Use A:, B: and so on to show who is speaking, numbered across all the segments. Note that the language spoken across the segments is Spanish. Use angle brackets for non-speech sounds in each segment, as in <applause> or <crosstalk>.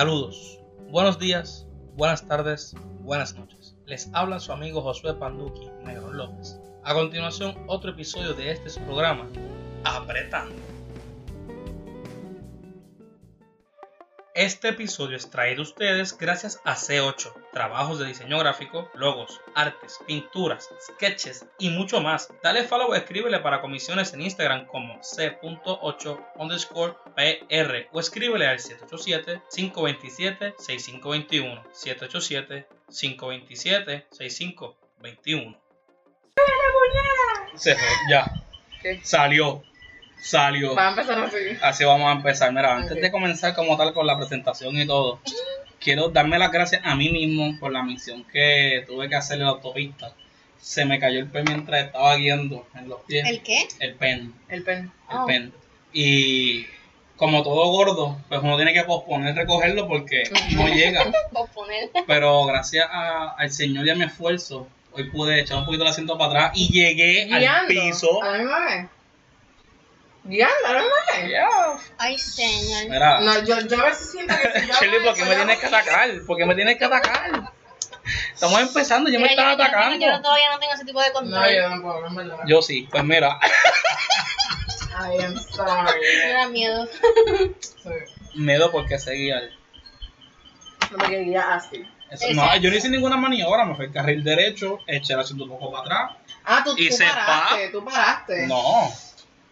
A: Saludos, buenos días, buenas tardes, buenas noches. Les habla su amigo Josué Panduqui Negro López. A continuación, otro episodio de este su programa, Apretando. Este episodio es traído a ustedes gracias a C8, trabajos de diseño gráfico, logos, artes, pinturas, sketches y mucho más. Dale follow o escríbele para comisiones en Instagram como C.8 underscore PR o escríbele al 787-527-6521. 787-527-6521. Se fue, ya.
B: ¿Qué?
A: Salió. Salió.
B: Va a empezar así.
A: Así vamos a empezar. Mira, antes
B: Ok.
A: de comenzar como tal con la presentación y todo, quiero darme las gracias a mí mismo por la misión que tuve que hacer en la autopista. Se me cayó el pen mientras estaba guiando en los pies. El,
C: ¿El qué?
A: pen,
B: El pen.
A: el
C: Oh.
A: pen. Y como todo gordo, pues uno tiene que posponer recogerlo porque no llega.
C: Posponer.
A: Pero gracias a- al Señor y a mi esfuerzo, hoy pude echar un poquito el asiento para atrás y llegué al
B: Guiando. Ah.
A: piso.
B: A la misma vez. Guiando, a la misma vez.
A: Yeah.
C: Ay, señor.
A: Mira.
B: No, yo, yo a veces siento
A: <laughs>
B: que si yo.
A: Shirley,
B: hago
A: ¿por qué
B: eso,
A: me
B: yo-
A: tienes que atacar? ¿Por qué me tienes que atacar? Estamos empezando, yo me estaba
C: Mira, yo no tengo-
A: atacando.
C: Yo, no- todavía no tengo ese tipo de control.
B: No, yo no puedo, no es verdad.
A: Yo sí, pues mira, <laughs>
B: I am sorry.
C: Me da miedo. <laughs>
B: Sí.
A: miedo porque seguía.
B: No me quería así.
A: Eso, no,
C: Exacto.
A: yo no hice ninguna maniobra, me fue el carril derecho, eché el asiento un poco para atrás.
B: Ah, tú,
A: Y
B: tú
A: se
B: paraste, tú paraste.
A: No,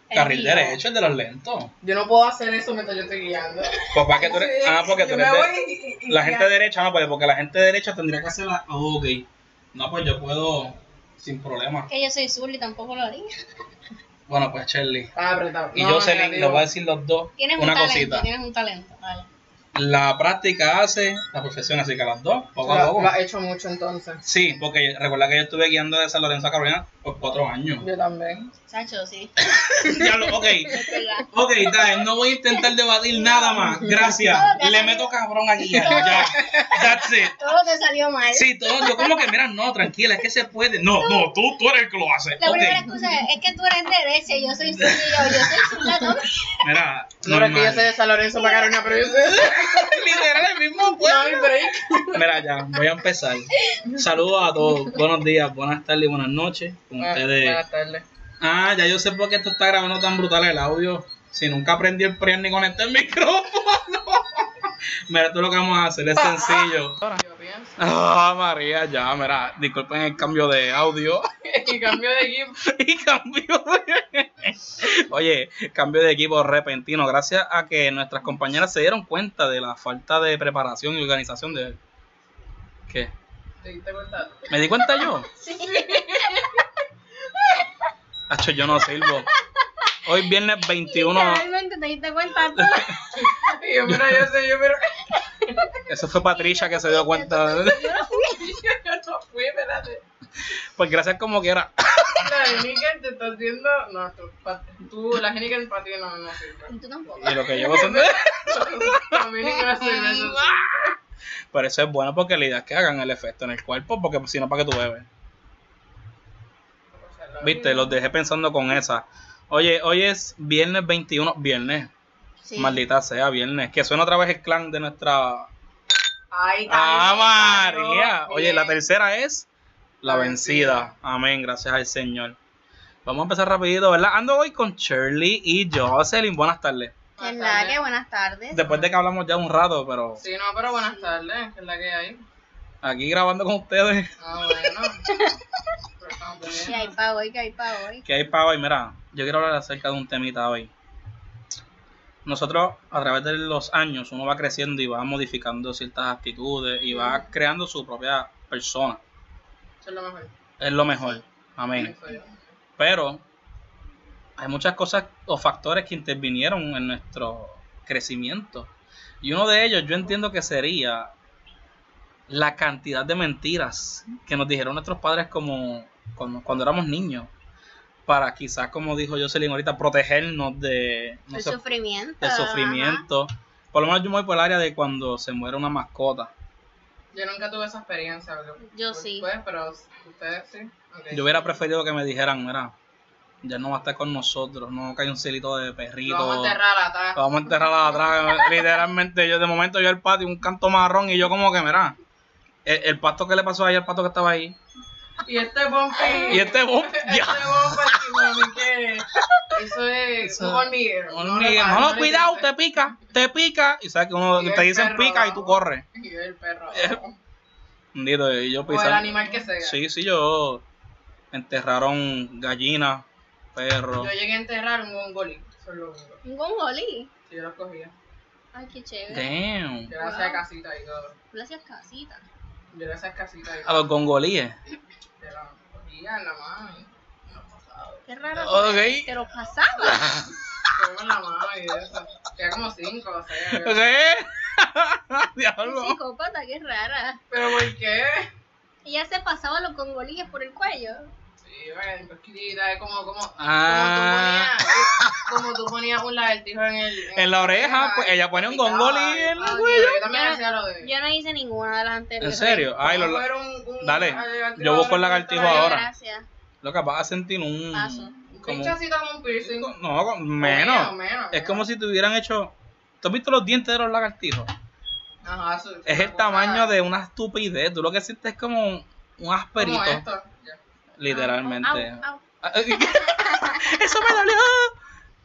C: El
A: carril
C: mío.
A: derecho, el de los lentos.
B: Yo no puedo hacer eso mientras yo estoy guiando.
A: Pues para que tú eres.
B: Sí,
A: Ah, porque tú
B: yo
A: eres
B: me
A: de.
B: voy y- y- y
A: La gente
B: ya.
A: derecha no puede, porque la gente derecha tendría que hacer la. Oh, ok. No, pues yo puedo sin problema.
C: Que yo soy azul y tampoco lo haría.
A: Bueno, pues Shirley.
B: Estaba Ah, apretado.
A: Y
B: No,
A: yo, Celine,
B: negativo.
A: les voy a decir los dos
C: Tienes
A: una
C: un talento.
A: cosita.
C: Tienes un talento. Vale.
A: La práctica hace la perfección, así que las dos, poco a
B: Lo,
A: poco.
B: lo has hecho mucho entonces.
A: Sí, porque recuerda que yo estuve guiando de San Lorenzo a Carolina por cuatro años.
B: Yo también.
C: Sacho, sí.
A: ya lo, ok,
C: Es verdad.
A: ok, dale, no voy a intentar debatir nada más. Gracias. Le meto cabrón aquí. Ya, ya. That's it.
C: Todo te salió mal.
A: Sí, todo, yo como que, mira, no, tranquila, es que se puede. No, no, tú, tú eres el que lo hace.
C: La
A: ok,
C: primera excusa es que tú eres derecha y yo soy azul y yo, yo soy azul.
A: mira,
B: No pero es que yo soy
A: normal.
B: de San Lorenzo para Carolina, pero yo soy de
A: Literal, el mismo
B: <laughs> No hay break.
A: Mira, ya, voy a empezar. Saludos a todos. Buenos días, buenas tardes y buenas noches. Con
B: Ah,
A: ustedes.
B: Buenas tardes.
A: Ah, ya yo sé por qué esto está grabando tan brutal el audio. Si nunca aprendí el pre ni conecté el micrófono. <laughs> mira, esto es lo que vamos a hacer, es sencillo.
B: Yo pienso.
A: Ah, María, ya, mira, disculpen el cambio de audio
B: <laughs>
A: <laughs>
B: Y cambio de equipo.
A: y cambio de... Oye, cambio de equipo repentino, gracias a que nuestras compañeras se dieron cuenta de la falta de preparación y organización de... ¿Qué?
B: Te diste cuenta.
A: ¿Me di cuenta yo?
C: Sí.
A: Hacho, yo no sirvo. Hoy viernes 21...
C: Realmente te diste cuenta
A: <laughs>
C: tú.
B: Y yo, mira, yo sé, yo, pero. <laughs>
A: Eso fue Patricia que se dio cuenta.
B: Yo no fui, espérate.
A: Pues gracias como quiera.
B: La Heineken te está haciendo. No, tú, pa- tú la Heineken para ti no, no sirve.
C: Y tú tampoco.
A: Y lo que llevo son de...
B: A mí ni que la cerveza.
A: Pero eso es bueno porque la idea es que hagan el efecto en el cuerpo, porque si no, ¿para que tú bebes? Viste, los dejé pensando con esa. Oye, hoy es viernes 21, viernes.
C: Sí.
A: Maldita sea, viernes. Que suena otra vez el clan de nuestra...
B: Ay,
A: ¡Ah,
B: cayó,
A: María!
B: cayó.
A: Oye, la tercera es la
B: La
A: vencida.
B: vencida.
A: Amén, gracias al Señor. Vamos a empezar rapidito, ¿verdad? Ando hoy con Shirley y Jocelyn. Buenas tardes.
C: Que es la que buenas tardes.
A: Después de que hablamos ya un rato, pero
B: Sí, no, pero buenas tardes, que es la que hay.
A: aquí grabando con ustedes.
B: Ah, bueno. Pero estamos bien.
C: Que hay pa' hoy, que hay pa' hoy.
A: que hay para hoy. Mira, yo quiero hablar acerca de un temita hoy. Nosotros, a través de los años, uno va creciendo y va modificando ciertas actitudes y va creando su propia persona.
B: Eso es lo mejor.
A: Es lo mejor. Amén.
B: Eso yo.
A: Pero hay muchas cosas o factores que intervinieron en nuestro crecimiento. Y uno de ellos, yo entiendo que sería la cantidad de mentiras que nos dijeron nuestros padres como cuando, cuando éramos niños. Para quizás, como dijo Jocelyn ahorita, protegernos de, no
C: El
A: sé,
C: sufrimiento.
A: del sufrimiento. Por lo menos yo me voy por el área de cuando se muere una mascota.
B: Yo nunca tuve esa experiencia. ¿no?
C: Yo
B: Pues,
C: sí.
B: Pues, pero ustedes sí. Ok.
A: Yo hubiera preferido que me dijeran, mira, ya no va a estar con nosotros, no cae un celito de perrito.
B: Lo vamos a enterrar
A: Lo
B: atrás.
A: vamos a enterrar atrás. <laughs> Literalmente, yo de momento yo al patio, un canto marrón, y yo como que, mira, el, el pato que le pasó ahí, el pato que estaba ahí.
B: Y este Pompi.
A: Y este <laughs> bump,
B: Este
A: ya.
B: Pompi, que eso es
A: Eso-
B: un hormiguero.
A: No,
B: le-
A: no, no,
B: le
A: cuidado,
B: dice-
A: te pica, te pica. Y sabes que uno
B: Y el
A: te dicen
B: perro
A: pica y
B: abajo.
A: tú corres.
B: Y el perro.
A: Hundido, Y yo
B: O el
A: pisando.
B: animal que sea.
A: Eh, pues, Sí, sí, yo. me Enterraron gallinas, perro.
B: Yo llegué a enterrar un gongolí. Eso es lo único.
C: Un gongolí.
B: Sí, yo los cogía.
C: Ay, qué chévere.
A: Damn.
B: Yo le hacía casita y todo.
C: Gracias, casita.
B: Yo le hacía casita y
A: A
B: todo.
A: los gongolíes. <laughs>
B: Te la cogía en la mano. ¿eh? y me lo pasaba.
C: Qué raro.
A: Ok.
C: Te
A: <laughs>
C: lo pasaba.
B: Cogía en la mano y eso. Tenía como cinco o seis.
A: Ok.
C: Qué
A: <laughs> Diablo.
C: psicópata, qué rara.
B: ¿Pero por qué?
C: Ella se pasaba los gongolíes por el cuello.
B: Sí, bueno, en cosquillita, es como, como,
A: Ah.
B: como tú ponías, es como tú ponías un lagartijo en el...
A: En la oreja, pues, ella pone un gongolí en la
B: Ah,
A: huella.
B: Yo también
C: Yo-
B: hacía lo de...
C: Yo no hice ninguna de las anteriores.
A: ¿En serio? Ay, los,
B: Como
A: la-
B: era un- un
A: Dale,
B: lagartijo
A: yo busco el
B: ahora,
A: lagartijo
B: ahora.
A: ahora.
C: Gracias.
A: lo que vas a sentir un.
C: Paso.
B: Un
A: Como,
B: pinche así como un piercing.
A: no, con- menos.
B: menos.
A: Es como si te hubieran hecho. ¿Tú has visto los dientes de los lagartijos?
B: Ajá, eso-
A: Es el tamaño de una estupidez. Tú lo que sientes es como un, un asperito,
B: Como esto. ya.
A: literalmente.
C: Au, au,
A: Ah, <laughs> Eso me dolió.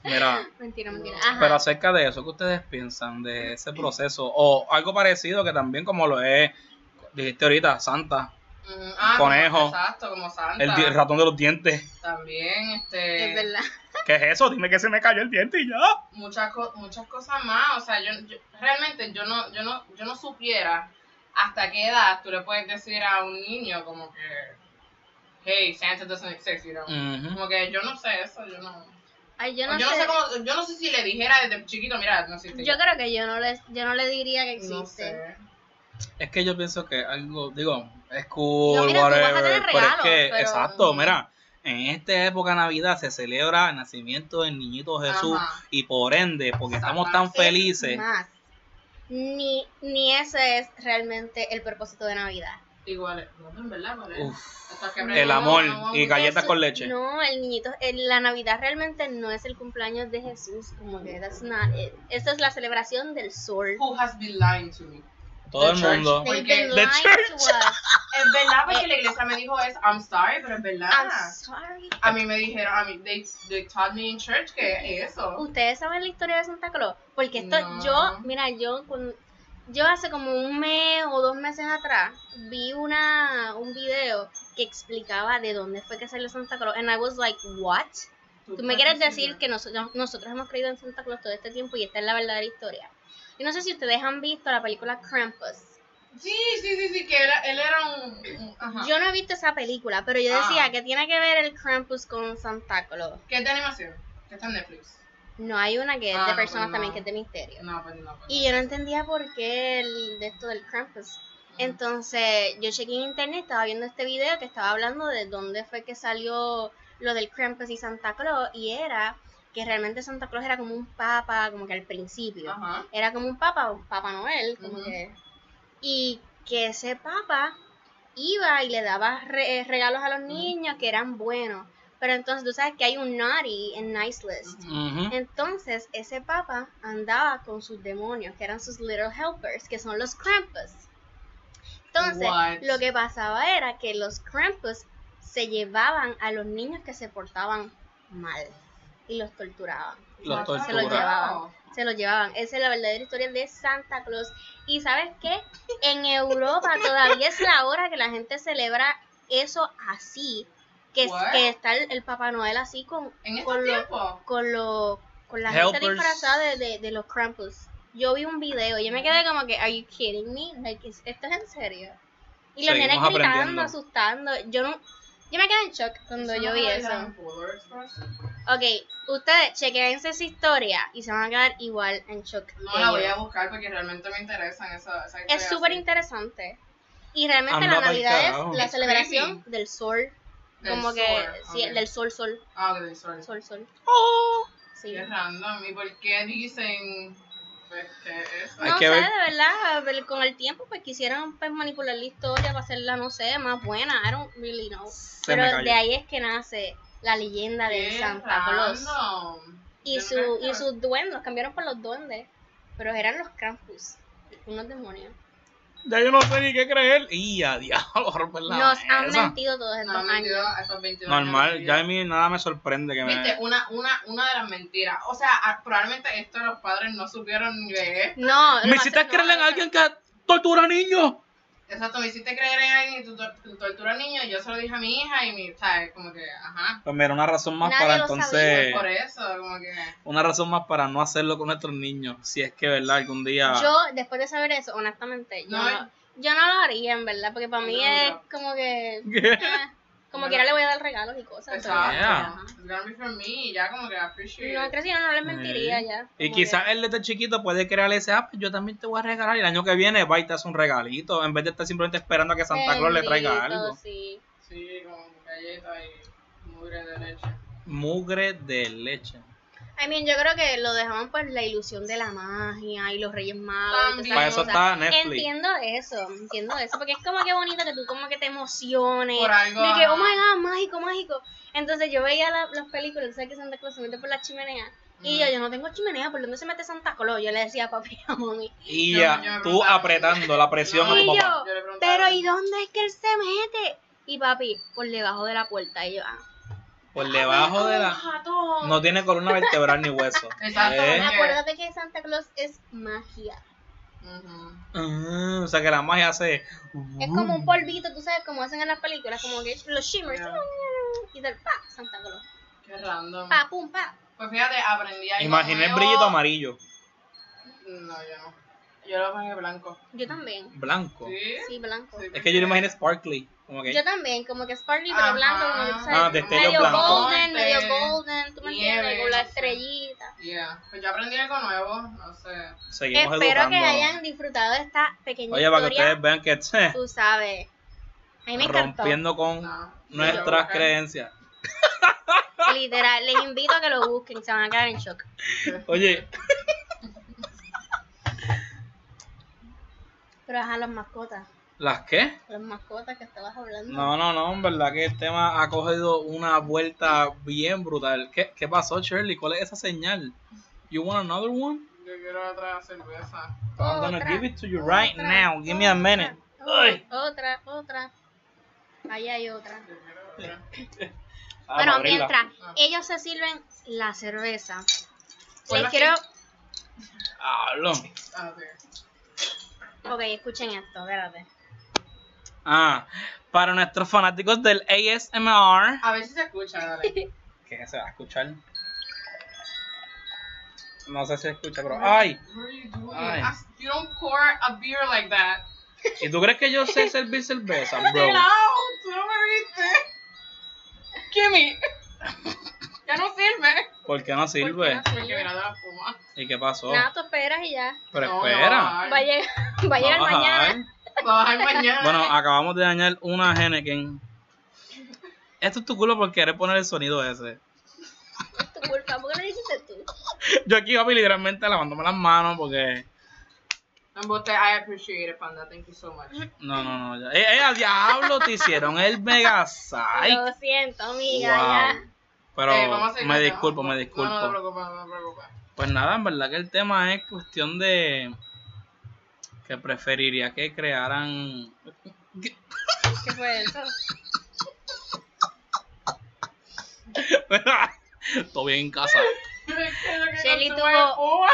A: Mira,
C: au. Mentira, mentira.
B: No.
C: Ajá.
A: pero acerca de eso, ¿qué ustedes piensan de ese proceso? O algo parecido que también, como lo es, dijiste ahorita, Santa,
B: Mm, ah,
A: Conejo.
B: como- Exacto, como santa.
A: el di- ratón de los dientes.
B: También, este...
C: Es verdad.
A: ¿Qué es eso? Dime que se me cayó el diente y ya.
B: muchas co- muchas cosas más o sea yo, yo- realmente yo no yo no yo no supiera hasta qué edad tú le puedes decir a un niño como que hey Santa doesn't exist you know
A: Ujú.
B: como que yo no sé eso yo no
C: Ay, yo
B: Pues yo
C: no,
B: no,
C: sé.
B: sé cómo yo no sé si le dijera desde chiquito mira no existe
C: Yo creo que yo no le, yo no le diría que existe.
B: no sé
A: Es que yo pienso que algo, digo, es cool,
C: No, mira, tú vas a
A: whatever.
C: tener
A: pero es
C: regalos,
A: que,
C: pero-
A: exacto, mira, en esta época de Navidad se celebra el nacimiento del niñito Jesús
B: Ajá.
A: y por ende, porque
B: San
A: estamos tan
B: Francisco.
A: felices.
C: Más. Ni, ni ese es realmente el propósito de Navidad.
B: igual es- no en verdad ¿cuál es?
A: Uf,
B: Hasta que
A: el
B: aprendamos,
A: amor
B: vamos a
A: y
B: buscar-
A: galletas
C: Eso-
A: con leche.
C: No, el niñito, el- la Navidad realmente no es el cumpleaños de Jesús, como que that's not it. Esta es la celebración del sol.
B: who has been lying to me
A: Todo
B: The
A: el
B: church.
A: mundo.
C: They've
B: Porque-
C: been
A: The
C: lying to us.
B: es verdad porque la iglesia me dijo es I'm sorry pero es verdad
C: I'm
B: <laughs>
C: sorry.
B: a mí me dijeron a mí they, they taught me in church que es eso
C: Ustedes saben la historia de Santa Claus, porque esto
B: No.
C: yo, mira, yo cuando- yo hace como un mes o dos meses atrás vi una un video que explicaba de dónde fue que salió Santa Claus and I was like, "What?" Tú me quieres decir que nosotros nosotros hemos creído en Santa Claus todo este tiempo y esta es la verdadera historia. Y no sé si ustedes han visto la película Krampus.
B: Sí, sí, sí, sí, que era, él era un... un- ajá.
C: Yo no he visto esa película, pero yo decía
B: Ah.
C: que tiene que ver el Krampus con Santa Claus.
B: ¿Qué es de animación? ¿Qué está en Netflix?
C: No hay una que es
B: Ah,
C: de
B: no, pues
C: personas también
B: no.
C: que es de misterio.
B: No, pues no, pues
C: Y yo no entendía por qué el, de esto del Krampus.
B: no.
C: Entonces yo chequé en internet, estaba viendo este video que estaba hablando de dónde fue que salió lo del Krampus y Santa Claus y era que realmente Santa Claus era como un papa, como que al principio.
B: Ajá.
C: Era como un papa, un Papa Noel, como
B: Ujú.
C: que... Y que ese papa iba y le daba re- eh, regalos a los niños que eran buenos. Pero entonces tú sabes que hay un naughty en nice list.
B: Ujú.
A: Ujú.
C: Entonces, ese papa andaba con sus demonios, que eran sus little helpers, que son los Krampus. Entonces,
B: What?
C: lo que pasaba era que los Krampus se llevaban a los niños que se portaban mal y los torturaban.
A: Los
B: Wow.
C: Se los
A: tortura.
C: llevaban. Se los llevaban. Esa es la verdadera historia de Santa Claus. Y sabes qué? En Europa todavía es la hora que la gente celebra eso así. Que,
B: What?
C: que está el, el Papá Noel así con,
B: ¿En este
C: con los
B: tiempo?
C: con lo con la gente
A: Helpers.
C: disfrazada de, de, de los Krampus. Yo vi un video y yo me quedé como que, ¿Are you kidding me? Like, ¿es- ¿esto es en serio? Y
A: Seguimos
C: los nenes gritando,
A: aprendiendo.
C: asustando. Yo no, yo me quedé en shock cuando yo vi eso. Ok, ustedes chequense esa historia y se van a quedar igual en shock.
B: No
C: que
B: la
C: yo.
B: voy a buscar porque realmente me interesan esa, esa historia
C: Es súper
B: así.
C: interesante. Y realmente
A: Anda
C: la
A: pa'l
C: Navidad
A: carajo.
C: es la
B: It's
C: celebración del sol.
B: Del
C: como que,
B: sol,
C: sí,
B: ok. Oh.
C: del sol, sol,
B: Ah, del sol.
C: sol, sol. Sí.
B: Qué random. ¿Y por qué dicen pues, que es
A: Hay
C: No
A: que
C: sé,
A: ver.
C: de verdad, el- con el tiempo pues quisieron pues, manipular la historia para hacerla, no sé, más buena, I don't really know.
A: Se me
C: Pero
A: cayó.
C: de ahí es que nace la leyenda de
B: Qué
C: Santa Claus.
B: random.
C: Y,
B: Yo
C: su,
B: no
C: y
B: recuerdo.
C: sus duendes, los cambiaron por los duendes, pero eran los Krampus, unos demonios.
A: Ya yo no sé ni qué creer. Y a diablo, <laughs> romper la
C: Nos han
A: mesa.
C: mentido todos estos
B: No,
C: años.
B: mentido, estos 22 años de
A: Normal,
B: mi
A: ya
B: vida.
A: a mí nada me sorprende que
B: Viste,
A: me.
B: una, una, una de las mentiras. O sea, ah, probablemente esto los padres no supieron ni de esto.
C: No,
A: Me
C: lo
A: hiciste
C: hace- no,
A: creerle en
C: lo hace-
A: alguien que tortura a niños.
B: Exacto, me hiciste creer en alguien y tu, tor- tu tortura al niño. Y yo se lo dije a mi hija y mi, ¿sabes? Como que, ajá.
A: Pues mira, una razón más
C: Nadie
A: para
C: lo
A: entonces.
B: Por eso, como que.
A: Una razón más para no hacerlo con nuestros niños. Si es que, ¿verdad? Algún día.
C: Yo, después de saber eso, honestamente, yo
B: Ah. No.
C: no, yo no lo haría, en verdad, porque para mí
B: No,
C: es
B: no.
A: <laughs>
C: como que...
A: ¿Qué?
C: ah, como
B: No.
C: quiera le voy a dar regalos y cosas. pero-
B: Exacto.
A: Yeah.
C: Ajá.
B: It's gonna be for me. Y ya, como que, I appreciate
C: No,
B: it.
C: creo que yo no les mentiría
A: Sí.
C: ya.
A: Eh, Y
C: como
A: quizás
C: que-
A: él desde chiquito puede crear ese, ah, pues yo también te voy a regalar. Y el año que viene va y te hace un regalito. En vez de estar simplemente esperando a que Santa Claus le traiga
C: Bendito,
A: algo.
C: sí.
B: Sí, con galletas y mugre de leche.
A: Mugre de leche.
C: I mean, yo creo que lo dejaban por la ilusión de la magia y los Reyes Magos. y todas esas
B: También.
A: Para eso
C: cosas.
A: está Netflix.
C: Entiendo eso, entiendo eso, porque es como que bonito que tú como que te emociones.
B: Por algo,
C: De que,
B: ajá.
C: oh my god, mágico, mágico. Entonces yo veía la- las películas, ¿sabes que Santa Claus se mete por la chimenea? Y yo, yo no tengo chimenea, ¿por dónde se mete Santa Claus? Yo le decía a papi <laughs> y a mami.
A: Y
B: Yo-
A: ya,
B: yo me
A: tú
B: preguntaba.
A: apretando la presión a
C: Y
A: tu
C: yo,
A: papá.
B: Yo le preguntaba.
C: pero ¿y dónde es que él se mete? Y papi, por debajo de la puerta. Y yo, ah,
A: Por debajo de la. No tiene columna vertebral ni hueso.
B: <laughs> Exacto.
A: ¿Eh?
C: acuérdate que Santa Claus es magia.
B: Ujú.
A: Ah, o sea que la magia hace.
C: Es como un polvito, tú sabes, como hacen en las películas, como que los shimmers.
B: Yeah.
C: Y del pa, Santa Claus.
B: Qué random.
C: Pa, pum, pa.
B: Pues fíjate, aprendí algo
A: Imaginé el
B: nuevo.
A: brillito amarillo,
B: No, yo no. Yo lo pongo blanco.
C: Yo también.
A: blanco.
B: ¿Sí?
C: Sí, blanco.
B: Sí,
A: Es que yo lo imaginé sparkly. Como que.
C: Yo también, como que sparkly, pero blanco, como que,
B: Ajá.
C: ¿sabes?
A: Ah, destello
C: medio
A: blanco.
C: golden, medio golden, tú me entiendes,
B: Nieve,
C: con la
B: sí.
C: estrellita.
B: Yeah. Pues yo aprendí algo nuevo, no sé.
A: Seguimos
C: Espero que
A: educando.
C: hayan disfrutado de esta pequeña
A: Oye, para que
C: historia.
A: ustedes vean que <laughs> che,
C: Tú sabes. A mí me encantó.
A: rompiendo con
B: No. Yo voy a
A: nuestras
B: buscar.
A: creencias.
C: <laughs> Literal, les invito a que lo busquen, se van a quedar en shock.
A: <laughs> Oye,
C: Pero ajá, las mascotas,
A: ¿las qué?
C: las mascotas que estabas hablando.
A: No, no, no, en verdad que el tema ha cogido una vuelta bien brutal. ¿Qué, qué pasó, Shirley? ¿Cuál es esa señal? You want another one?
B: Yo quiero otra cerveza.
A: I'm gonna
C: Otra,
A: give it to you right
C: otra,
A: now. Give me a
C: otra,
A: minute.
C: otra,
A: Ay.
C: Otra, otra. Ahí hay otra.
B: Yo quiero otra.
A: Ah,
C: bueno,
A: abrirla.
C: mientras
B: Ah.
C: ellos se sirven la cerveza, les
B: Ponla aquí.
C: quiero.
A: Hablo.
B: Ah, sí.
C: Ok, escuchen esto, espérate.
A: Ah, para nuestros fanáticos del ASMR.
B: A ver si se escucha, dale.
A: ¿Qué se va a escuchar? No sé si se escucha, pero. <laughs> ¡Ay!
B: What are you doing?
A: Ay.
B: Ah, You don't pour a beer like that.
A: ¿Y tú crees que yo sé servir cerveza,
B: <laughs>
A: bro?
B: No, tú no me viste. Kimmy. ya no sirve.
A: ¿Por qué no sirve?
B: Porque mira de la fuma.
A: ¿Y qué pasó?
C: Nada, tú esperas y ya.
A: Pero
B: No,
A: espera.
C: Va a llegar, va a llegar <laughs>
A: va a bajar.
C: mañana.
B: Va a bajar mañana.
A: Bueno, ah. acabamos de dañar una Henneken. Esto es tu culo por querer poner el sonido ese.
C: Es tu culpa, ¿por qué lo hiciste tú?
A: Yo aquí, papi, literalmente lavándome las manos porque.
B: Embuste, I appreciate it, Panda. Thank you so much.
A: No, no, no. Ya. ¡Eh, eh, a diablo! Te hicieron el mega psych.
C: Lo siento, amiga,
A: Wow.
C: ya.
A: Pero
B: Eh, vamos a seguir
A: me
B: acá.
A: disculpo, me disculpo.
B: No, no te preocupes, no te <laughs> preocupes.
A: Pues nada, en verdad que el tema es cuestión de que preferiría que crearan <laughs>
C: ¿Qué fue eso?
A: todo bien en casa.
C: Shelly
B: Shelly
C: tuvo-
B: tuvo.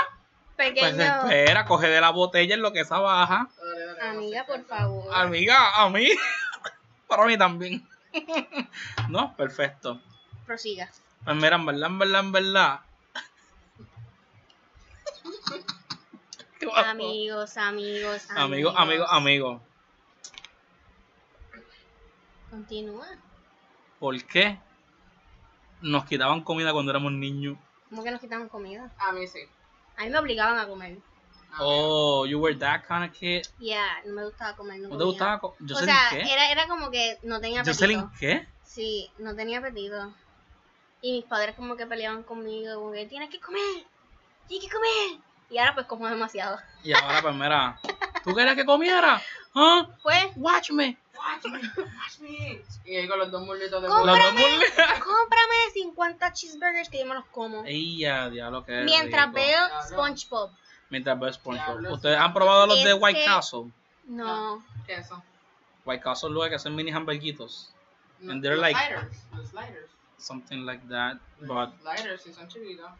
A: Pues
C: Pequeño.
A: espera, coge de la botella en lo que esa baja.
C: Amiga, por favor.
A: Ah. Amiga, a mí. <laughs> Para mí también. <laughs> No, perfecto.
C: Prosiga.
A: Pues mira, en verdad, en verdad, en verdad. <laughs> ¿Qué pasó?
C: Amigos, amigos, amigos.
A: Oh. Amigo, amigo, amigo.
C: Continúa.
A: ¿Por qué nos quitaban comida cuando éramos niños?
C: ¿Cómo que nos quitaban comida?
B: A mí sí.
C: A mí me obligaban a comer. Ah,
B: A mí.
A: Oh, you were that kind of kid.
C: Yeah, no me gustaba comer. No
A: ¿No te
C: comía.
A: gustaba? co-
C: o
A: ¿Jocelyn
C: sea,
A: qué?
C: era, era como que no tenía apetito.
A: ¿Jocelyn qué?
C: Sí, no tenía apetito. Y mis padres como que peleaban conmigo, como que tienes que comer, tienes que comer. Y ahora pues como demasiado.
A: Y ahora, pues mira, ¿tú querías que comiera? ¿Ah?
C: Pues,
A: Watch me.
B: Watch me, watch me. Y ahí con los dos mulitos de
C: ¿Cómo?
B: burro.
A: Los dos mul-
C: <laughs> cómprame 50 cheeseburgers que yo me los como.
A: Ey, ya, diablo, qué
C: Mientras
A: rico.
C: veo
B: Cabrón.
C: SpongeBob.
A: Mientras veo SpongeBob.
B: Diablo,
A: ¿Ustedes
B: sí.
A: han probado los de
C: Es
A: White
C: que-
A: Castle?
C: No.
B: ¿Qué es eso?
A: White Castle, luego que hacen mini hamburguitos.
B: No,
A: And they're
B: los
A: like-
B: Sliders, los sliders.
A: Something like that. But
B: Los sliders, sí, son chiquitos.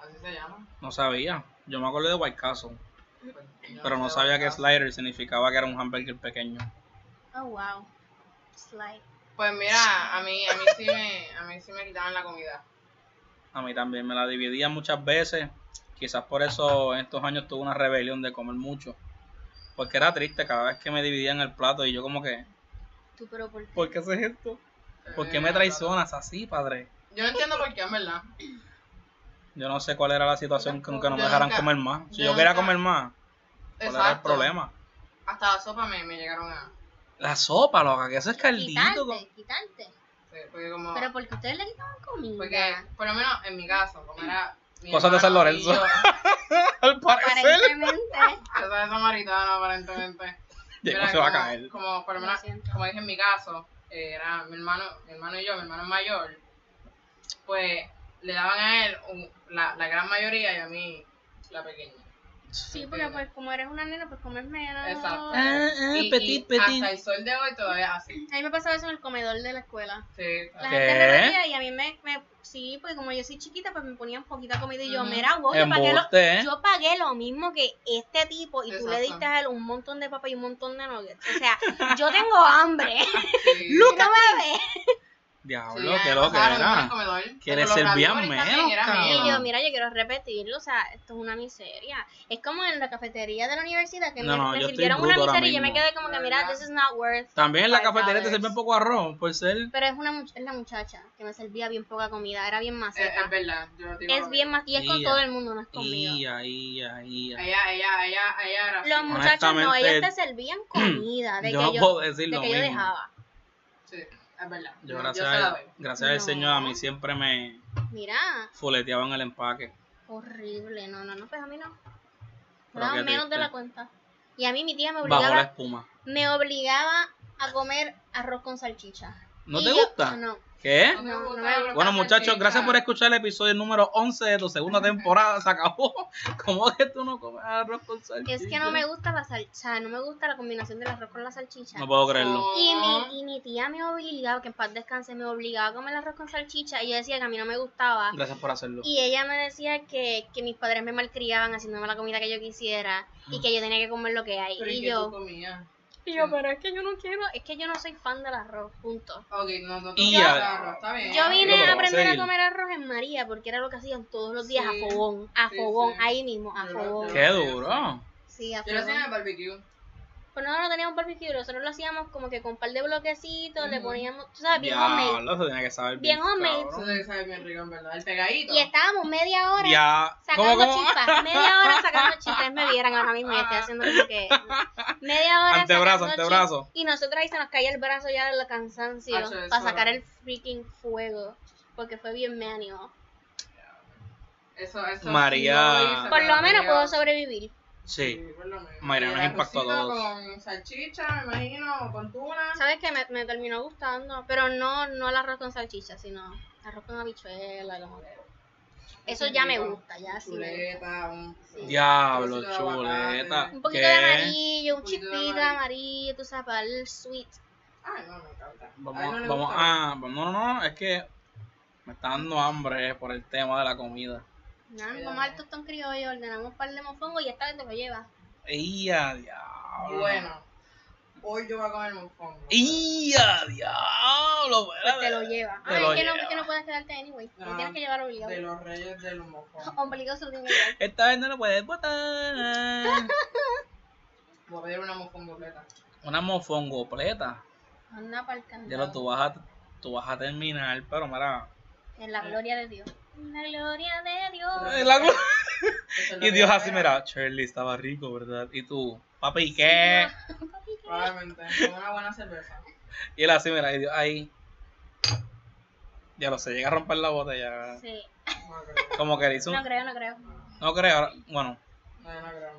B: Así se llaman.
A: no sabía. Yo me acuerdo de White Castle.
B: Pues, yo
A: Pero no
B: sé
A: sabía que
B: dónde está.
A: slider significaba que era un hamburger pequeño. Ah.
C: Oh, wow. Slide.
B: Pues mira, a mí, a mí sí me, a mí sí me quitaban la comida.
A: A mí también me la dividía muchas veces. Quizás por eso en estos años tuve una rebelión de comer mucho. Porque era triste cada vez que me dividían el plato y yo como que,
C: Tú, pero por
A: ¿por qué haces esto? ¿Por qué
B: Eh,
A: me traicionas así, padre?
B: Yo no entiendo por qué, en verdad.
A: Yo no sé cuál era la situación con que no me
B: Yo
A: dejaran
B: nunca-
A: comer más. Si
B: yo
A: yo, quería
B: nunca-
A: comer más, ¿cuál era el
B: Exacto.
A: problema?
B: Hasta la sopa me, me llegaron a.
A: La sopa, loca, que eso es caldito.
C: quitarte, quitarte.
B: sí, Porque como.
C: Pero porque ustedes le quitaban comida.
B: porque, por lo menos en mi caso, como era. mi
A: Cosas de
B: hermano
A: San Lorenzo.
B: y yo,
A: Al parecer,
C: <laughs> Aparentemente.
B: Cosas de samaritano, aparentemente.
A: <laughs> Diego
B: Mira,
A: se va a
B: como-
A: caer.
B: Como, por lo
C: Lo
B: menos,
C: siento.
B: como dije en mi caso, eh, era mi hermano, mi hermano y yo, mi hermano mayor, pues le daban a él un- la, la gran mayoría y a mí la pequeña.
C: Sí, porque pues como eres una nena, pues comes menos.
B: Exacto.
A: Ah, ah,
B: y,
A: petit,
B: y
A: petit.
B: Hasta el sol de hoy todavía así.
C: A mí me pasaba eso en el comedor de la escuela.
B: Sí,
C: La
A: ¿Qué?
C: gente repartía y a mí me, me- Sí, porque como yo soy chiquita, pues me ponían poquita comida y yo,
B: Ujú.
C: mira, wow, yo pagué, lo,
A: Embuste, ¿eh?
C: yo pagué lo mismo que este tipo y tú le
B: Exacto.
C: diste a él un montón de papa y un montón de nuggets. O
B: <laughs>
C: sea, yo tengo hambre. <laughs>
B: sí.
C: ¡Tú no me ves!
B: Sí,
A: Diablo,
B: ya
A: qué
B: me
A: lo que
B: pasaron por el
A: era.
B: comedor.
A: Quieres
B: Pero los
A: ser bien
B: raviolis también
A: menos,
B: eran
A: cabrón.
B: míos.
C: Y yo, mira, yo quiero repetirlo, o sea, esto es una miseria. Es como en la cafetería de la universidad que
A: No,
C: me,
A: no,
C: me
A: yo estoy
C: sirvieron una
A: bruto ahora
C: miseria y yo me
A: mismo.
C: quedé como que, mira, this is not worth.
A: También en la
C: Ay,
A: cafetería te
C: sabes.
A: sirven poco arroz, por ser.
C: Pero es, una, much- es la muchacha que me servía bien poca comida, era bien
B: Es, es
C: maceta.
B: Eh, verdad, yo no digo
C: es bien más y es con
A: Ia.
C: todo el mundo, no es conmigo.
A: Ia, ia, ia.
B: Ella, ella, ella, ella era así.
C: Los muchachos no,
A: Honestamente,
C: ellos te
A: <clears throat>
C: servían comida, de
A: Yo
C: que
A: no
C: yo,
A: puedo decir
C: de
A: lo
C: que yo
A: mismo.
C: dejaba.
B: Sí, es verdad.
A: Yo,
B: Yo- yo
A: gracias,
B: se la
A: al-
B: doy.
A: gracias al
C: No.
A: Señor, a mí siempre me
C: Mira,
A: fuleteaban el empaque.
C: horrible, no, no, no, pues a mí no. Me
A: Pero qué
C: daban menos de
A: triste.
C: la cuenta. Y a mí mi tía me
A: Bajo la
C: obligaba,
A: espuma.
C: me obligaba a comer arroz con salchicha.
A: ¿No
C: Y
A: te
C: yo-
A: gusta?
C: No,
A: ¿Qué?
C: No, no me
B: gusta
C: gusta.
A: Bueno, muchachos,
B: salchicha.
A: gracias por escuchar el episodio número 11 de tu segunda temporada. Se acabó. <laughs> ¿Cómo que tú no comes arroz con salchicha?
C: es que no me gusta la salchicha, no me gusta la combinación del arroz con la salchicha.
A: No puedo creerlo.
C: Y mi, y mi tía me obligaba, que en paz descanse, me obligaba a comer arroz con salchicha y yo decía que a mí no me gustaba.
A: Gracias por hacerlo.
C: Y ella me decía que, que mis padres me malcriaban haciéndome la comida que yo quisiera y que yo tenía que comer lo que hay.
B: Pero ¿y
C: Y
B: qué tú
C: yo,
B: comías?
C: y yo, pero es que yo no quiero, es que yo no soy fan del arroz, punto.
B: Ok, no, no,
A: Y
B: no,
A: ya.
B: claro, está bien.
C: Yo
A: No,
C: vine
A: pero
C: a
A: vamos a
C: aprender a
A: seguir.
C: comer arroz en María porque era lo que hacían todos los días
B: Sí.
C: a fogón, a
B: Sí,
C: fogón,
B: sí.
C: ahí mismo, a
B: Yo lo-
C: fogón.
A: Qué
C: Ah,
A: duro.
C: Sí, a
B: Yo lo hacía en
C: fogón.
B: el barbecue.
C: Pero no, no teníamos barbecue, nosotros lo hacíamos como que con un par de bloquecitos, le
B: Ujú.
C: poníamos, tú sabes, bien homemade.
A: Diablo, se tiene que saber
C: Bien homemade.
B: Eso
A: cabrón.
B: debe saber bien rico, en verdad. El pegadito.
C: Y estábamos media hora
A: Ya. ¿Cómo,
C: sacando
A: cómo? Ah.
C: chispas, media hora sacando chispas, Ustedes me vieran ahora mismo, yo estoy haciendo como que media hora
A: Antebrazo,
C: sacando
A: antebrazo.
C: chispas, y nosotras ahí se nos caía el brazo ya del cansancio
B: Ah, eso, eso.
C: para sacar el freaking fuego, porque fue bien meanio.
B: Eso, eso.
A: María.
B: sí hice,
C: Por
B: pero
C: lo menos
B: María-
C: puedo sobrevivir.
A: Sí.
B: por lo menos.
A: María
B: Y
A: nos
B: el
A: impactó a
B: arrocito
A: todos.
B: Con salchicha, me imagino, o con tuna.
C: Sabes que me, me terminó gustando, pero no no el arroz con salchicha, sino arroz con habichuela, como que- Eso ya me gusta, ya sí. me gusta.
B: Chuleta, un.
C: Sí.
A: Diablo,
B: Un poquito de aguacate.
A: chuleta.
C: Un poquito
A: ¿Qué?
C: de amarillo, un
B: Un poquito de
C: chispito de
B: amarillo.
C: amarillo, tú sabes, para el sweet.
B: Ay, no, me encanta. A él
A: Vamos,
B: no le
A: vamos
B: gusta.
A: ah, no, no, no, es que me está dando hambre por el tema de la comida.
C: Nada,
B: Mira,
C: como
B: mira.
C: alto tostón criollo, ordenamos un par de mofongos y esta vez te lo llevas.
A: ¡Ia, diablo!
B: Bueno, hoy yo voy a comer mofongo.
A: ¡Ia, diablo!
C: Pues te
A: espérate.
C: lo llevas.
A: Te
C: Ah,
A: lo Ah,
C: es que no,
A: llevas.
C: que no puedes quedarte anyway. Lo
B: No.
C: tienes que llevar
B: De
C: obligado.
B: los reyes de los mofongos.
C: <laughs> Obligado se lo tienes que llevar.
A: Esta vez no lo puedes
C: <laughs>
A: botar.
B: Voy a pedir una mofongoleta.
A: Una mofongo pleta.
C: Anda para el
A: Ya lo
C: candado.
A: tú vas a, tú vas a terminar, pero mira.
C: En la gloria de Dios. En la gloria de Dios.
A: Eh, la glo-
B: Eso es lo
A: Y
B: que
A: Dios
B: yo
A: así,
B: espero.
A: mira, Shirley estaba rico, ¿verdad? Y tú, papi, ¿y qué?
B: Probablemente, con una buena cerveza.
A: Y él así, mira, y Dios ahí. Ya lo sé, llega a romper la botella. ¿verdad?
C: Sí.
B: No creo,
A: Como que le hizo un
C: No creo, no creo.
A: No creo, ahora- bueno,
B: no, no creo, en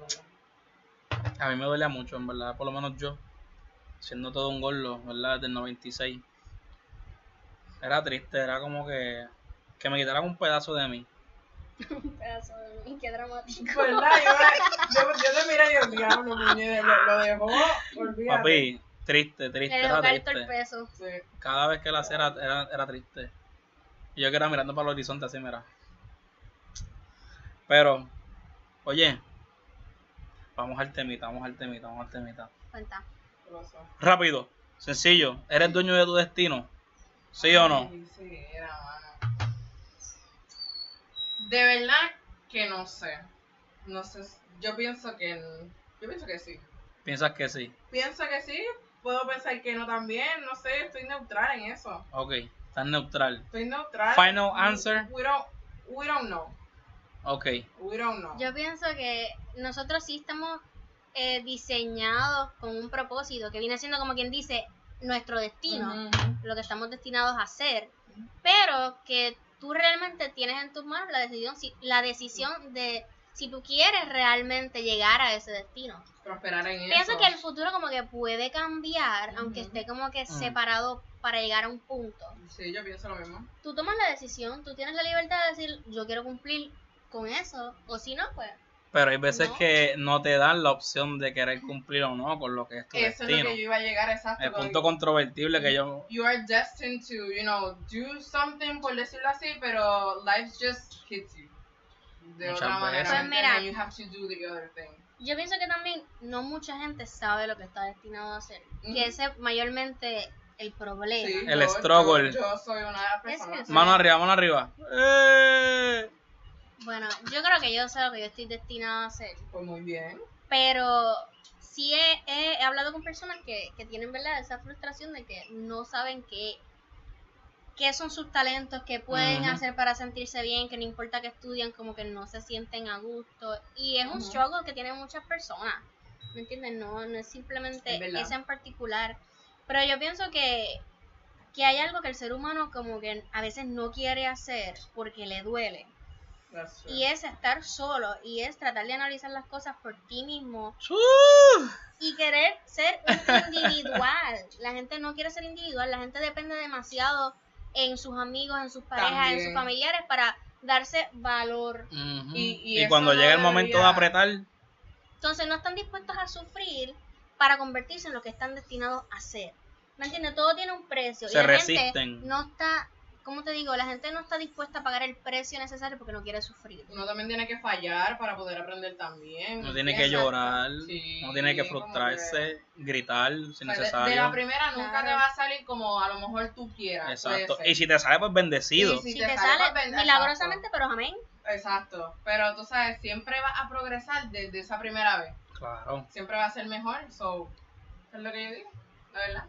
B: verdad.
A: A mí me duele mucho, en verdad, por lo menos yo, siendo todo un gordo, ¿verdad? Del 96. Era triste, era como que, que me quitaran un pedazo de mí.
C: Un pedazo de mí, qué dramático.
B: ¿Verdad? Yo, yo, yo te miré y yo, diablo, muñeca, lo, lo dejó, olvídate.
A: Papi, triste, triste,
C: Era
A: era
C: Roberto el
A: triste.
C: peso.
B: Sí.
A: Cada vez que la hacía era, era, era triste. Y yo que era mirando para el horizonte así, mira. Pero, oye, vamos al temita, vamos al temita, vamos al temita.
C: Cuenta.
B: ¿Qué pasó?
A: Rápido, sencillo, eres dueño de tu destino. ¿Sí o no?
B: Ay, Sí, era mano. De verdad que no sé. No sé, si- yo pienso que yo pienso que sí.
A: ¿Piensas que sí?
B: Pienso que sí, puedo pensar que no también, no sé, estoy neutral en eso.
A: Ok, estás neutral.
B: Estoy neutral.
A: Final answer.
B: We don't, we don't know.
A: Ok,
B: We don't know.
C: Yo pienso que nosotros sí estamos eh, diseñados con un propósito que viene siendo como quien dice nuestro destino,
B: Ujú.
C: lo que estamos destinados a hacer, pero que tú realmente tienes en tus manos la decisión, si- la decisión de si tú quieres realmente llegar a ese destino.
B: Prosperar en
C: Pienso
B: eso.
C: que el futuro como que puede cambiar, aunque
B: Ujú.
C: esté como que
A: Ujú.
C: separado para llegar a un punto.
B: Sí, yo pienso lo mismo.
C: Tú tomas la decisión, tú tienes la libertad de decir yo quiero cumplir con eso, o si no, pues
A: pero hay veces
C: No.
A: que no te dan la opción de querer cumplir o no con lo que es tu
B: Eso es lo
A: destino.
B: que yo iba a llegar exacto.
A: El
B: con-
A: punto controvertible que yo...
B: you are destined to, you know, do something, por decirlo así, pero life just hits you. De
A: Muchas
B: otra manera.
A: veces.
B: ¿me
C: Pues mira.
B: entiendes? you have to do the other thing.
C: Yo pienso que también no mucha gente sabe lo que está destinado a hacer.
B: Ujú.
C: Que ese es mayormente el problema.
B: Sí,
A: El
B: yo-
A: struggle.
B: Yo, yo soy una de las personas.
C: que-
A: Mano arriba, mano arriba. ¡Eh!
C: Bueno, yo creo que yo sé lo que yo estoy destinado a hacer.
B: Pues muy bien.
C: Pero sí he, he- he hablado con personas que, que tienen ¿verdad? esa frustración de que no saben qué, qué son sus talentos, qué pueden
A: Ujú.
C: hacer para sentirse bien, que no importa que estudian, como que no se sienten a gusto. Y es un
B: Ujú.
C: struggle que tienen muchas personas. ¿Me entiendes? No, no es simplemente
B: Es verdad.
C: esa en particular. Pero yo pienso que, que hay algo que el ser humano como que a veces no quiere hacer porque le duele.
B: That's true.
C: Y es estar solo y es tratar de analizar las cosas por ti mismo
A: ¡Chu!
C: y querer ser
A: <laughs>
C: un individual. La gente no quiere ser individual, la gente depende demasiado en sus amigos, en sus parejas, en sus
B: También.
C: familiares para darse valor.
A: Ujú.
B: Y-
A: Y,
B: y eso
A: cuando
B: no
A: llega el momento de
B: debería-
A: apretar,
C: Entonces no están dispuestos a sufrir para convertirse en lo que están destinados a ser. ¿Me entiendes? Todo tiene un precio. y
A: Se
C: la gente
A: resisten.
C: no está, ¿cómo te digo? La gente no está dispuesta a pagar el precio necesario porque no quiere sufrir.
B: Uno también tiene que fallar para poder aprender también.
A: no
B: ¿me
A: tiene que
B: entiendes?
A: llorar,
B: Sí,
A: no tiene que
B: como que-
A: frustrarse, gritar si
B: O sea, de- de, la
A: necesario.
B: primera nunca
C: Claro.
B: te va a salir como a lo mejor tú quieras.
A: Exacto.
B: puede ser.
A: Y si te sale, pues bendecido.
B: Sí, sí. Si
C: si
B: te
C: te
B: sale,
C: sale
B: pues, ven-
C: milagrosamente, pero amén.
B: Exacto. Pero tú sabes, siempre vas a progresar desde esa primera vez.
A: Claro.
B: siempre va a ser mejor. So, es lo que yo digo, la verdad.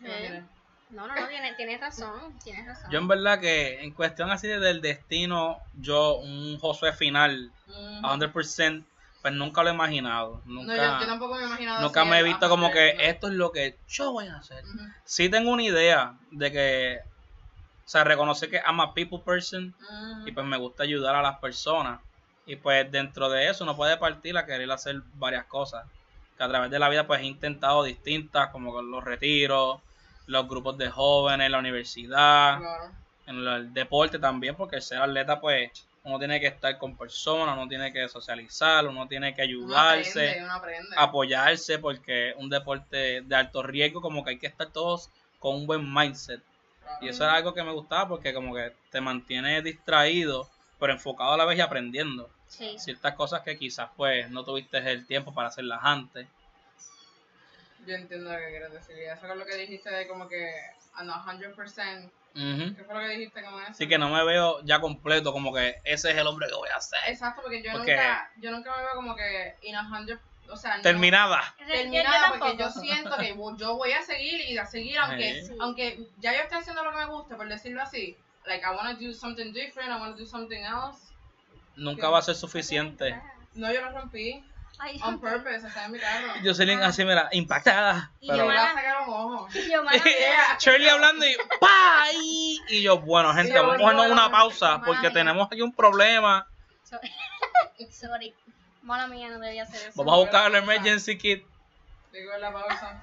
B: ¿Qué
C: Eh.
B: opinas?
C: No, no, no, tienes, tienes razón, tienes razón.
A: Yo en verdad que en cuestión así de- del destino, yo un Josué final,
B: Ujú.
A: a 100%, pues nunca lo he imaginado.
B: mm, No, yo, yo
A: Nunca,
B: tampoco me he imaginado.
A: nunca
B: así
A: me he
B: el
A: visto como
B: after,
A: que
B: no.
A: esto es lo que yo voy a hacer.
B: Ujú,
A: Sí tengo una idea de que, o sea, reconocer que I'm a people person
B: ujú.
A: y pues me gusta ayudar a las personas. Y pues dentro de eso no puede partir a querer hacer varias cosas. Que a través de la vida pues he intentado distintas, como con los retiros, los grupos de jóvenes, la universidad,
B: Claro.
A: en lo- el deporte también, porque el ser atleta pues uno tiene que estar con personas, uno tiene que socializar, uno tiene que
B: Uno
A: ayudarse Ah,
B: aprende, uno aprende.
A: apoyarse porque es un deporte de alto riesgo, como que hay que estar todos con un buen mindset.
B: Claro.
A: Y eso era algo que me gustaba porque como que te mantiene distraído, pero enfocado a la vez y aprendiendo.
C: Sí.
A: Ciertas cosas que quizás pues no tuviste el tiempo para hacerlas antes.
B: Yo entiendo lo que quieres decir. y Eso es lo que dijiste de como que a no 100%.
A: Ujú.
B: ¿Qué fue lo que dijiste como eso?
A: Así que no me veo ya completo, como que ese es el hombre que voy a ser.
B: Exacto, porque yo,
A: Porque-
B: Nunca, yo nunca me veo como que in a 100%. O sea, no-
A: Terminada.
C: Yo- yo
B: terminada porque yo <laughs>
C: tampoco.
B: siento que vo- yo voy a seguir y a seguir aunque
A: Sí.
C: Sí.
B: aunque ya yo esté haciendo lo que me gusta por decirlo así like I wanna do something different I wanna do something else
A: Nunca va a ser suficiente.
B: no yo lo rompí
C: Ay,
B: on purpose está en mi carro
A: Yo soy así, mira, impactada.
C: Y
B: le
A: Pero...
B: voy
C: Yomara-
B: a sacar un ojo
C: yo,
B: <laughs>
C: mano,
B: Yeah.
A: Shirley hablando y ¡pay! Y yo, bueno, gente,
B: yo,
A: vamos a
B: bueno,
A: ponernos una
B: bueno,
A: pausa
C: madre.
A: porque tenemos aquí un problema.
C: <laughs> sorry. Mala mía, no debía hacer eso.
A: Vamos a buscar el emergency kit.
B: Digo en la pausa.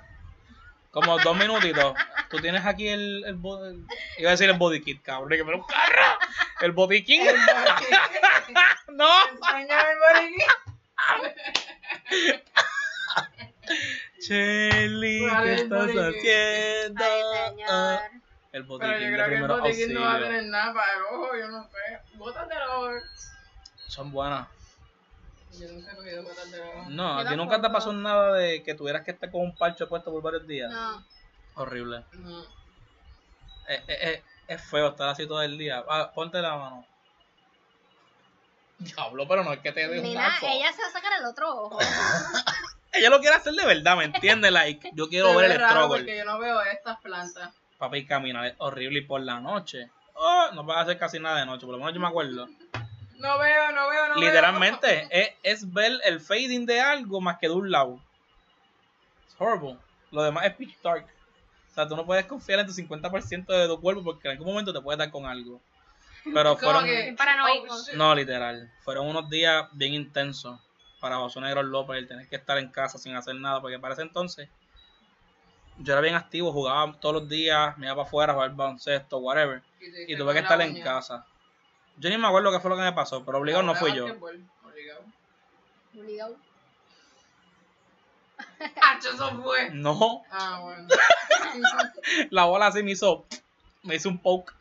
A: Como dos minutitos. Tú tienes aquí el, el, bo- el- Iba a decir el body kit, cabrón. Que me lo carro. El body kit. <laughs> no.
B: Enséñame el boriquín.
A: Chelly,
B: ¿Cuál
A: ¿qué
B: es el
A: estás
B: body kit?
A: haciendo?
C: Ay, señor.
A: Ah, El body
B: Pero
A: kit
B: yo
A: de
B: creo que el
A: primero
B: botiquín
A: auxilio.
B: no va a tener nada para el ojo, yo no sé. Gotas del ojo.
A: Son buenas.
B: Yo nunca he cogido gotas del ojo.
A: No, a
C: Yo
A: ti nunca te
C: tampoco.
A: pasó nada de que tuvieras que estar con un parche puesto por varios días.
C: No.
A: Horrible.
B: No.
A: Es, es- es- Eh, es feo estar así todo el día. Ah, ponte la mano. Diablo, pero no es que te dé un
C: Mira,
A: marco.
C: ella se va a sacar el otro ojo.
A: Ella lo quiere hacer de verdad, ¿me entiendes? Like, yo
B: <laughs>
A: quiero
B: Se
A: ver
B: ve
A: el
B: raro
A: struggle.
B: Porque yo no veo estas plantas.
A: Papi, y caminar es horrible y por la noche. Oh, no vas a hacer casi nada de noche, por lo menos yo me
B: <laughs>
A: acuerdo.
B: No veo, no veo, no veo.
A: Literalmente, es, es ver el fading de algo más que de un lado. Es horrible. Lo demás es pitch dark. O sea, tú no puedes confiar en tu 50% de tu cuerpo porque en algún momento te puede dar con algo. Pero
B: Es <laughs> como
A: fueron.
B: que-
C: Paranoico.
B: oh, shit.
A: No, literal. Fueron unos días bien intensos para José Negro López, el tener que estar en casa sin hacer nada, porque para ese entonces yo era bien activo, jugaba todos los días, me iba para afuera, jugaba baloncesto, whatever,
B: te-
A: y tuve
B: te
A: que
B: coge la
A: estar en
B: uña.
A: casa. Yo ni me acuerdo qué fue lo que me pasó, pero obligado no
B: Ahora
A: fui yo.
B: básquetbol,
C: <laughs>
B: Obligado.
C: Obligado.
B: Ah, eso fue.
A: No, <laughs>
B: Ah, bueno.
A: la bola así me hizo, me hizo un poke.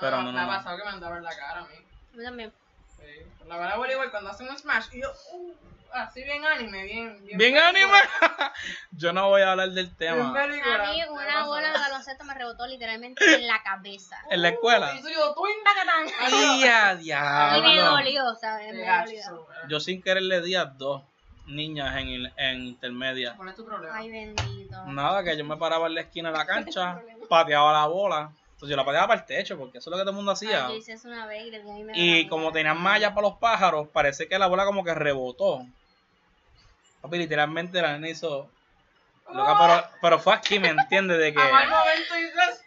A: Pero no,
B: Me
A: no,
B: ha
A: no.
B: pasado que me han dado en la cara a mí.
C: A mí también.
B: Sí. La bola de voleibol cuando hacen un smash. Y yo, uh, así bien anime, bien.
A: Bien anime. <laughs> Yo no voy a hablar del
B: Bien
A: tema.
B: película.
C: A mí
B: Me
C: una
B: pasó.
C: bola de baloncesto me rebotó literalmente en la
A: <laughs>
C: cabeza.
A: En la <laughs> escuela.
B: Y yo, tú
C: <laughs>
B: indagatan.
A: Y a
C: Y me
A: diablo.
C: dolió, ¿sabes? Me dolió.
A: Yo sin querer le di a dos niñas en, il- en intermedia.
B: ¿Cuál es tu problema?
C: Ay, bendito.
A: Nada, que yo me paraba en la esquina de la
B: <laughs>
A: cancha, pateaba la bola. Entonces yo la pateaba para el techo, porque eso es lo que todo el mundo
C: Ay,
A: hacía.
C: yo hice eso una vez y le di a mi mejor
A: ah. Y
C: amiga.
A: como tenían mallas para los pájaros, parece que la bola como que rebotó. Papi, literalmente la nena hizo. loca,
B: Ah.
A: pero, pero fue aquí, ¿me entiendes? De que.
B: A mal momento dices.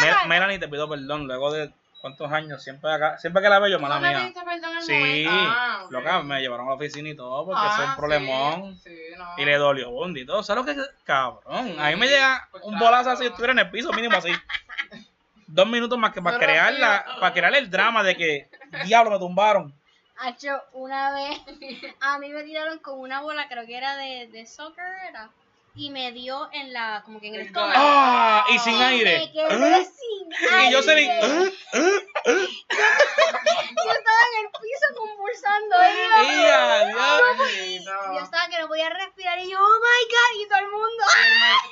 A: Mel- Melanie, te pido perdón, luego de cuántos años, siempre acá, siempre que la veo yo, mala
B: "Tú me
A: mía.
B: pediste perdón el
A: Sí,
B: momento". Ah, ok.
A: loca, me llevaron a la oficina y todo, porque
B: Ah,
A: eso es un
B: sí,
A: problemón.
B: Sí, no.
A: Y le dolió bondi y todo. ¿Sabes lo que cabrón?
B: Sí,
A: a mí me llega
B: pues
A: un
B: claro.
A: bolazo así, estuviera en el piso mínimo así. Dos minutos más que para
B: Yo
A: crear la,
B: rápido.
A: para crear el drama de que diablo me tumbaron.
C: Hacho, una vez <laughs> a mí me tiraron con una bola, creo que era de, de soccer, era, y me dio en la, como que en el
B: El
C: estómago.
A: ¡Ah! Y sin
C: Y
A: aire.
C: Me
A: ¿Ah?
C: quedé sin aire.
A: Y yo se ¿eh? le
C: Yo
A: ¿Eh?
C: estaba en el piso convulsando.
A: ¡Ah!
C: ahí,
A: ¡Y a diablo!
B: Sí, no.
C: Yo estaba que no podía respirar y yo, oh my god, y todo el mundo.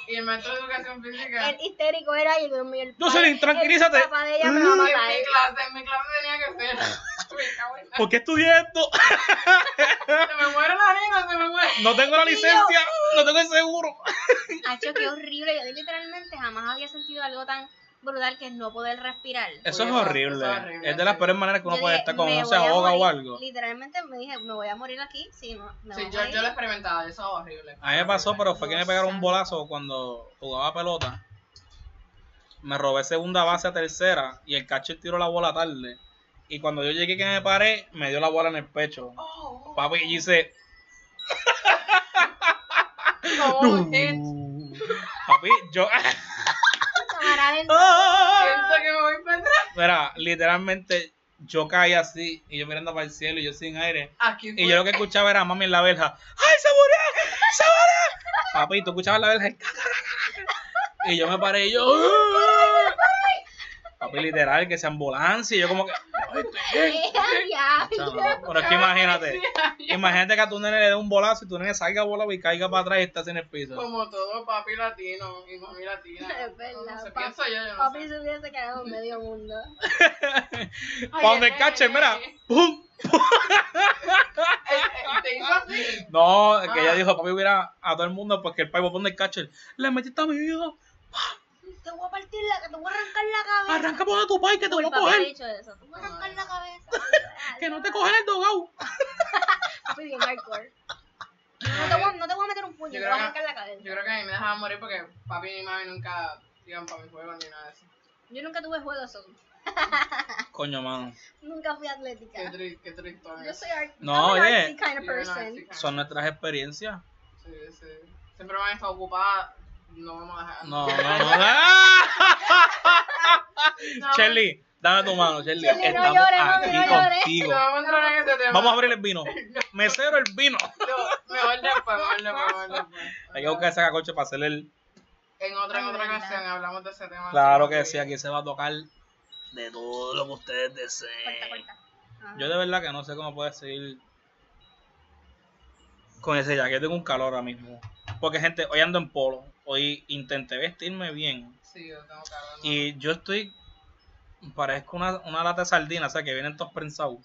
B: Y el maestro de educación física.
C: El histérico era y el, el
A: Jocelyn,
C: el
A: tranquilízate.
C: papá de ella me va a
B: En mi
C: matar.
B: clase, en mi clase tenía
C: <laughs>
B: que ser. Me cago en la-
A: ¿Por qué estudié esto?
B: Se me muere la nena, se me muere.
A: No tengo la licencia, no tengo el seguro.
C: Hacho, qué horrible. Yo literalmente jamás había sentido algo tan brutal que es no poder respirar.
A: Eso es
B: Eso es
A: horrible.
B: horrible,
A: Es de las
B: sí.
A: peores maneras que uno
C: Yo
A: puede
C: dije,
A: estar cuando
C: "Me
A: uno se
C: voy a
A: ahoga o
C: morir".
A: algo.
C: Literalmente me dije, me voy a morir aquí. Sí, no, me
B: Sí,
C: voy
B: yo,
C: a
B: yo lo he
C: morir.
B: experimentado, eso es horrible.
A: A mí me pasó, pero fue que me
C: Dios
A: pegaron un
C: santo.
A: bolazo cuando jugaba pelota. Me robé segunda base a tercera y el catcher tiró la bola tarde. Y cuando yo llegué que me paré, me dio la bola en el pecho.
B: Oh,
A: Papi, y hice...
B: como un hit.
A: Papi, yo... <laughs>
C: Cámara
B: <laughs>
C: lenta.
B: Siento que me voy para atrás.
A: Mira, literalmente yo caí así y yo mirando para el cielo y yo sin aire.
B: Aquí fue.
A: Y yo lo que escuchaba era a mami en la verja. ¡Ay, se murió! ¡Se murió! Papi, tú escuchabas la verja. y ca, ca, ca, ca, ca. Y yo me paré y yo. "Ah". Papi, literal, que sea ambulancia. Y yo como que. "Ay, estoy bien".
C: Eh, ya.
A: Chavo, Pero es que imagínate. Imagínate que a tu nene le dé un bolazo y tu nene salga volado y caiga para atrás y estás en el piso.
B: <laughs> Como todo papi latino y mami latina.
C: Es verdad,
B: No sé,
C: papi.
B: pienso yo, yo no
C: Papi
B: sé.
C: se hubiese quedado en medio mundo.
A: Para donde el catcher, mira. ¡Pum!
B: <laughs> Eh, eh, Te hizo así.
A: No, es que ella
B: Ah.
A: dijo, papi, mira a todo el mundo porque el pavo pone el catcher. Le metiste a mi hijo.
C: Te voy a partir la, te voy a arrancar la cabeza.
A: Arranca por tu pai que te
C: Uy,
A: voy a
C: papi ha
A: coger.
C: dicho eso. Te voy a arrancar
B: Ah.
C: la cabeza.
A: <laughs> Que no te cogen el dogao.
C: Papi, bien hardcore. No te, voy, a- no te voy a meter un puño,
B: Yo
C: te voy
B: creo
C: a
B: que-
C: arrancar la cabeza.
B: Yo creo que a mí me dejaban morir porque papi y mami nunca iban para mi juego ni nada de eso.
C: Yo nunca tuve juegos. son-
A: Coño, mano.
C: Nunca fui
B: Qué,
C: atlética.
B: tri- qué tristón
C: Yo
B: es.
C: soy art
A: No,
C: I'm an
A: oye.
C: artsy kind of
B: You're an
C: person.
B: artsy
A: Son nuestras experiencias.
B: Sí, sí. Siempre van a estar ocupadas. No vamos a dejar.
A: No, no, no. ¡Ah! Shelly, dame tu mano, Shelly.
C: Shelly, no
A: Estamos
C: llores, mami,
A: aquí
C: no llores.
A: contigo.
B: No vamos a entrar en este tema.
A: Vamos a abrir el vino. Mesero el vino.
B: No, mejor después,
C: <laughs>
B: mejor después, mejor después.
A: Hay que buscar ese cacoche para hacerle el.
B: En otra, en
C: Ay,
B: otra
C: verdad.
B: canción hablamos de ese tema.
A: Claro
B: Sí,
A: que
B: sí.
A: sí, aquí se va a tocar de todo lo que ustedes
C: Corta,
A: deseen.
C: corta. Ah. Ajá.
A: Yo de verdad que no sé cómo puedes seguir con ese jacket. Yo tengo un calor ahora mismo. Porque, gente, hoy ando en polo. Hoy intenté vestirme bien.
B: Sí, yo tengo que hablar.
A: Y yo estoy. Parezco una, una lata de sardina, o sea, que vienen todos prensados.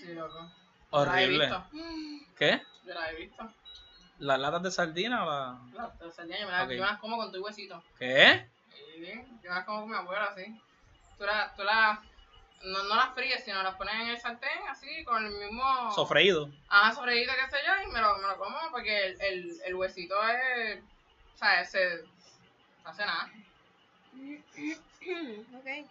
B: Sí, loco.
A: Horrible.
B: La he visto.
A: ¿Qué?
B: Yo la he visto.
A: ¿Las latas de sardina? o la-
B: La lasaña, yo me la-
A: Ok.
B: yo me las como con tu huesito.
A: ¿Qué?
B: Sí, yo me las como con mi abuela, sí. Tú las, tú las, no, no las fríes, sino las pones en el sartén, así, con el mismo...
A: Sofreído.
B: Ajá, sofreíto, qué sé yo, y me lo, me lo como porque el, el, el huesito es. O sea, se. No hace nada.
C: Hmm, Ok.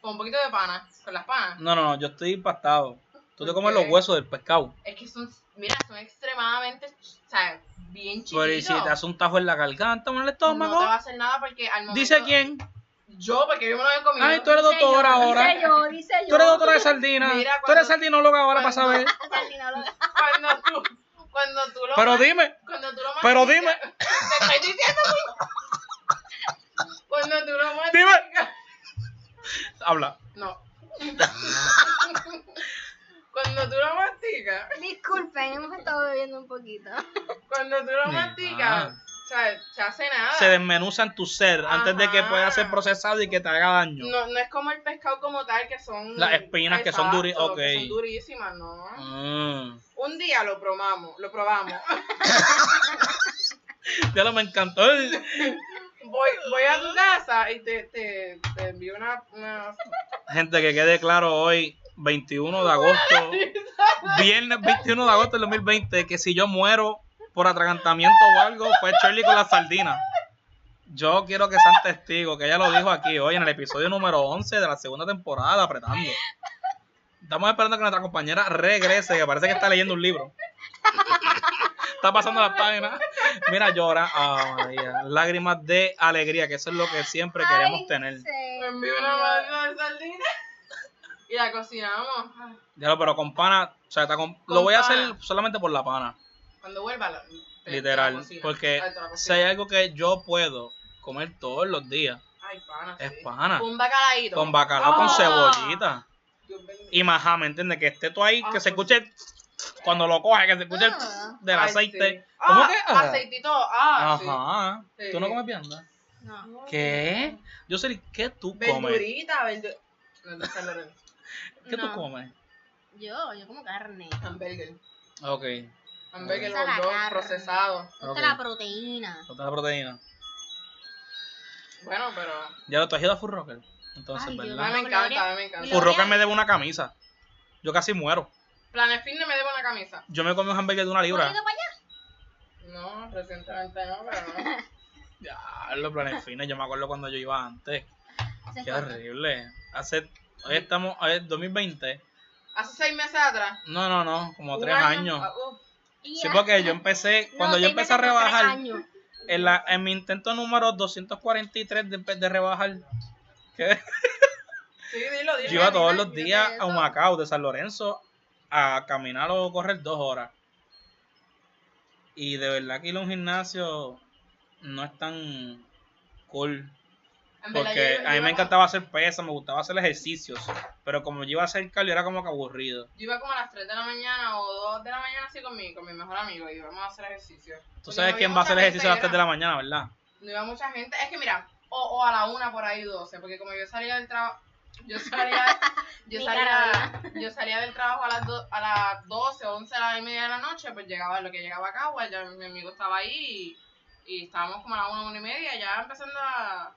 B: Con un poquito de pana, con las panas.
A: No, no, no, yo estoy impactado. Tú te
B: ¿Por
A: comes
B: qué?
A: los huesos del pescado.
B: Es que son. Mira, son extremadamente. O sea, bien chiquitos.
A: Pero ¿y si te hace un tajo en la garganta o en el
B: No te va a
A: estómago?
B: hacer nada porque al momento.
A: Dice quién.
B: Yo, porque yo me lo he comido.
A: Ay, tú eres
C: Dice
A: doctora
C: yo,
A: ahora.
C: Dice yo, dice yo.
A: Tú eres doctora de sardina.
B: Mira,
A: Tú eres
B: cuando-
A: sardinóloga ahora para
B: cuando-
A: saber.
C: Sardinóloga.
B: <laughs> Cuando tú. Cuando tú lo.
A: Pero
B: mas-
A: dime.
B: Cuando tú lo.
A: Pero
B: masticas-
A: dime.
B: <laughs> Te estoy diciendo. muy- Cuando tú lo.
A: Dime.
B: masticas-
A: Habla.
B: No. <laughs> cuando tú lo masticas,
C: <laughs> Disculpen, hemos estado bebiendo un poquito.
B: cuando tú lo
A: Ni
B: masticas,
A: nada.
B: o sea, se hace nada.
A: Se desmenuza en tu ser antes de que
B: Ah. Ajá.
A: pueda ser procesado y que te haga daño.
B: No, no es como el pescado como tal, que son...
A: Las espinas que son duri-
B: Exacto, que
A: ok.
B: son durísimas, ¿no?
A: Mm.
B: Un día lo probamos, lo probamos. <laughs>
A: Ya lo me encantó. el-
B: Voy, voy a tu casa y te, te, te envío una... una-
A: Gente, que quede claro hoy, 21 de agosto, viernes 21 de agosto del 2020, que si yo muero por atragantamiento o algo, fue Shirley con la sardina. Yo quiero que sean testigos, que ella lo dijo aquí hoy en el episodio número 11 de la segunda temporada, de apretando. Estamos esperando que nuestra compañera regrese, que parece que está leyendo un libro. Está pasando las páginas. Mira, llora. Ay, lágrimas de alegría, que eso es lo que siempre queremos
C: Ay,
A: tener.
B: Me
C: señor.
B: envío una bolsa de sardina y la cocinamos. Ay,
A: Ya lo, pero con pana, o sea, está con-
B: Con
A: lo voy a
B: pana.
A: hacer solamente por la pana,
B: Cuando vuelva, la- te- te la
A: literal.
B: cocino.
A: Porque
B: Ay, te la
A: si
B: cocino.
A: hay algo que yo puedo comer todos los días,
B: Ay, pana,
A: es
B: sí.
A: pana.
B: Un bacalaíto.
A: Con bacalao, con
B: Ah.
A: cebollita.
B: Dios bendiga.
A: Y majá, ¿me entiendes? Que esté tú ahí,
B: Ah,
A: que se
B: pues
A: escuche el cuando lo coges, que se escuche el
C: Ah.
A: del
B: Ay,
A: aceite.
B: sí.
A: ¿Cómo
B: Ah,
A: que? Ah.
B: Aceitito, ah,
A: Ajá.
B: Sí.
A: ¿Tú no comes vianda?
C: No.
B: sí.
A: ¿Qué? Yo sé ¿qué tú comes?
B: Verdurita, verdurita. No, no, San Lorenzo.
A: ¿Qué tú
C: No.
A: comes?
C: Yo, yo como carne.
B: Hamburger.
A: Ok.
B: Hamburger,
C: Esa la
B: los dos
C: carne.
B: procesado.
C: Esta
A: Ok.
C: es la proteína.
A: Otra proteína.
B: Bueno, pero
A: Ya lo tú has ido a Full Rocker. Entonces,
C: Ay, Dios
A: ¿verdad?
B: a mí me encanta, a mí me encanta.
C: Lo
A: Full Rocker
C: real.
A: me debe una camisa. Yo casi muero.
B: Planes fin de me debo una camisa.
A: Yo me comí un hamburger de una
C: ¿Por
A: libra.
C: qué te para allá?
B: No, recientemente no, pero no.
A: Ya, los planes fines, yo me acuerdo cuando yo iba antes.
C: Se
A: Qué
C: corta.
A: horrible. Hace, hoy estamos, hoy es 2020.
B: Hace seis meses atrás.
A: No, no, no, como
B: un
A: tres
B: año,
A: años.
B: ah, uf,
A: Sí, porque yo empecé,
C: No,
A: cuando yo
C: seis
A: empecé a
C: meses de tres
A: rebajar,
C: años.
A: en, la, en mi intento número 243 de, de rebajar, que
B: Sí, dilo, dilo.
A: yo iba todos los
C: imagínate
A: días a
C: eso.
A: Humacao de San Lorenzo a caminar o correr dos horas. Y de verdad que ir a un gimnasio no es tan cool.
B: En verdad,
A: Porque
B: yo- yo
A: a mí
B: iba
A: me
B: con-
A: encantaba hacer pesas, me gustaba hacer ejercicios. Pero como yo iba a hacer cardio era como que aburrido.
B: Yo iba como a las 3 de la mañana o 2 de la mañana así con mi, con mi mejor amigo y íbamos a hacer ejercicio.
A: Tú sabes quién va a hacer ejercicio a las 3 de la mañana, ¿verdad?
B: No iba mucha gente. Es que mira, o, o a la una por ahí, 12, porque como yo salía del trabajo.
C: <laughs>
B: Yo salía, yo,
C: Mi
B: salía,
C: cara,
B: yo salía del trabajo a las, do- a las 12, 11 a las media de la noche, pues llegaba lo que llegaba a Cagua, ya mi amigo estaba ahí y, y estábamos como a la una, una y media, ya empezando a,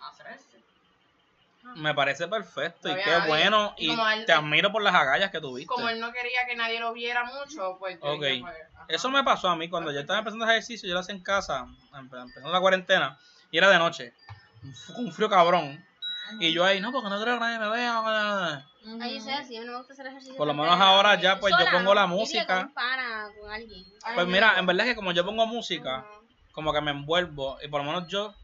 B: a hacer ejercicio.
A: Me parece perfecto y
B: No había
A: qué
B: nadie.
A: bueno.
B: Y
A: Y
B: como él-
A: te admiro por las agallas que tuviste.
B: Como él no quería que nadie lo viera mucho, pues yo
A: Ok.
B: dije, pues, ajá.
A: Eso me pasó a mí cuando yo estaba empezando ejercicio, yo lo hacía en casa, empe- empezando la cuarentena, y era de noche, un f- con un frío cabrón. Y yo ahí, no, porque no creo que nadie me vea. bla, bla, bla".
C: Ay, yo sé, si a mí no me gusta hacer ejercicio.
A: Por lo
C: tan
A: menos
C: tarde,
A: ahora
C: ¿no?
A: ya, pues, yo
C: Sola,
A: pongo la
C: ¿no? Iría
A: música.
C: Con un pana, con alguien.
B: Ay,
A: Pues mira, en verdad es que como yo pongo música,
C: Ajá.
A: como que me envuelvo. Y por lo menos yo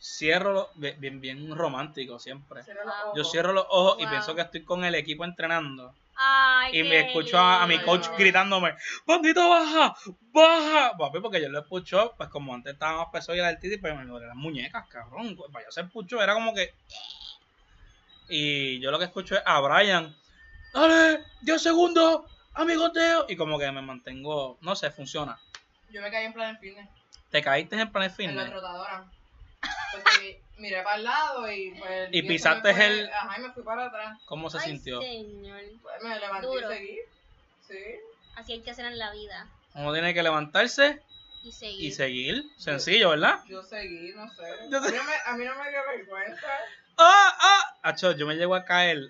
A: cierro lo- bien, bien, bien romántico siempre.
B: cierra los
A: Yo
B: ojos.
A: cierro los ojos y
C: Wow.
A: pienso que estoy con el equipo entrenando.
C: Ay,
A: Y
C: qué
A: me escucho a, a mi
C: lindo.
A: coach gritándome, bandito baja, baja. Papi, porque yo lo escucho, pues como antes estaba más peso y la artritis, pues me dolían las muñecas, cabrón. Pues, Para yo ser pucho era como que... Y yo lo que escucho es a Brian, dale, 10 segundos, amigoteo. Y como que me mantengo, no sé, funciona.
B: Yo me caí en plan en fitness,
A: Te caíste en el plan de
B: en la
A: fitness.
B: trotadora. Porque mi- miré para el lado y pues.
A: Y
B: pie se me
A: pisaste
B: fue-
A: el-
B: Ajá, y me fui para atrás.
A: ¿Cómo se
C: Ay,
A: sintió?
C: señor.
B: Pues me levanté
C: Duro.
B: y seguí. Sí.
C: Así hay que hacer en la vida.
A: Uno tiene que levantarse
C: Y seguir.
A: y seguir. Sencillo, ¿verdad?
B: Yo seguí, no sé.
A: Yo sé-
B: A, mí no me, a mí no me dio vergüenza.
A: ¡Ah, ah! Acho, yo me llego a caer.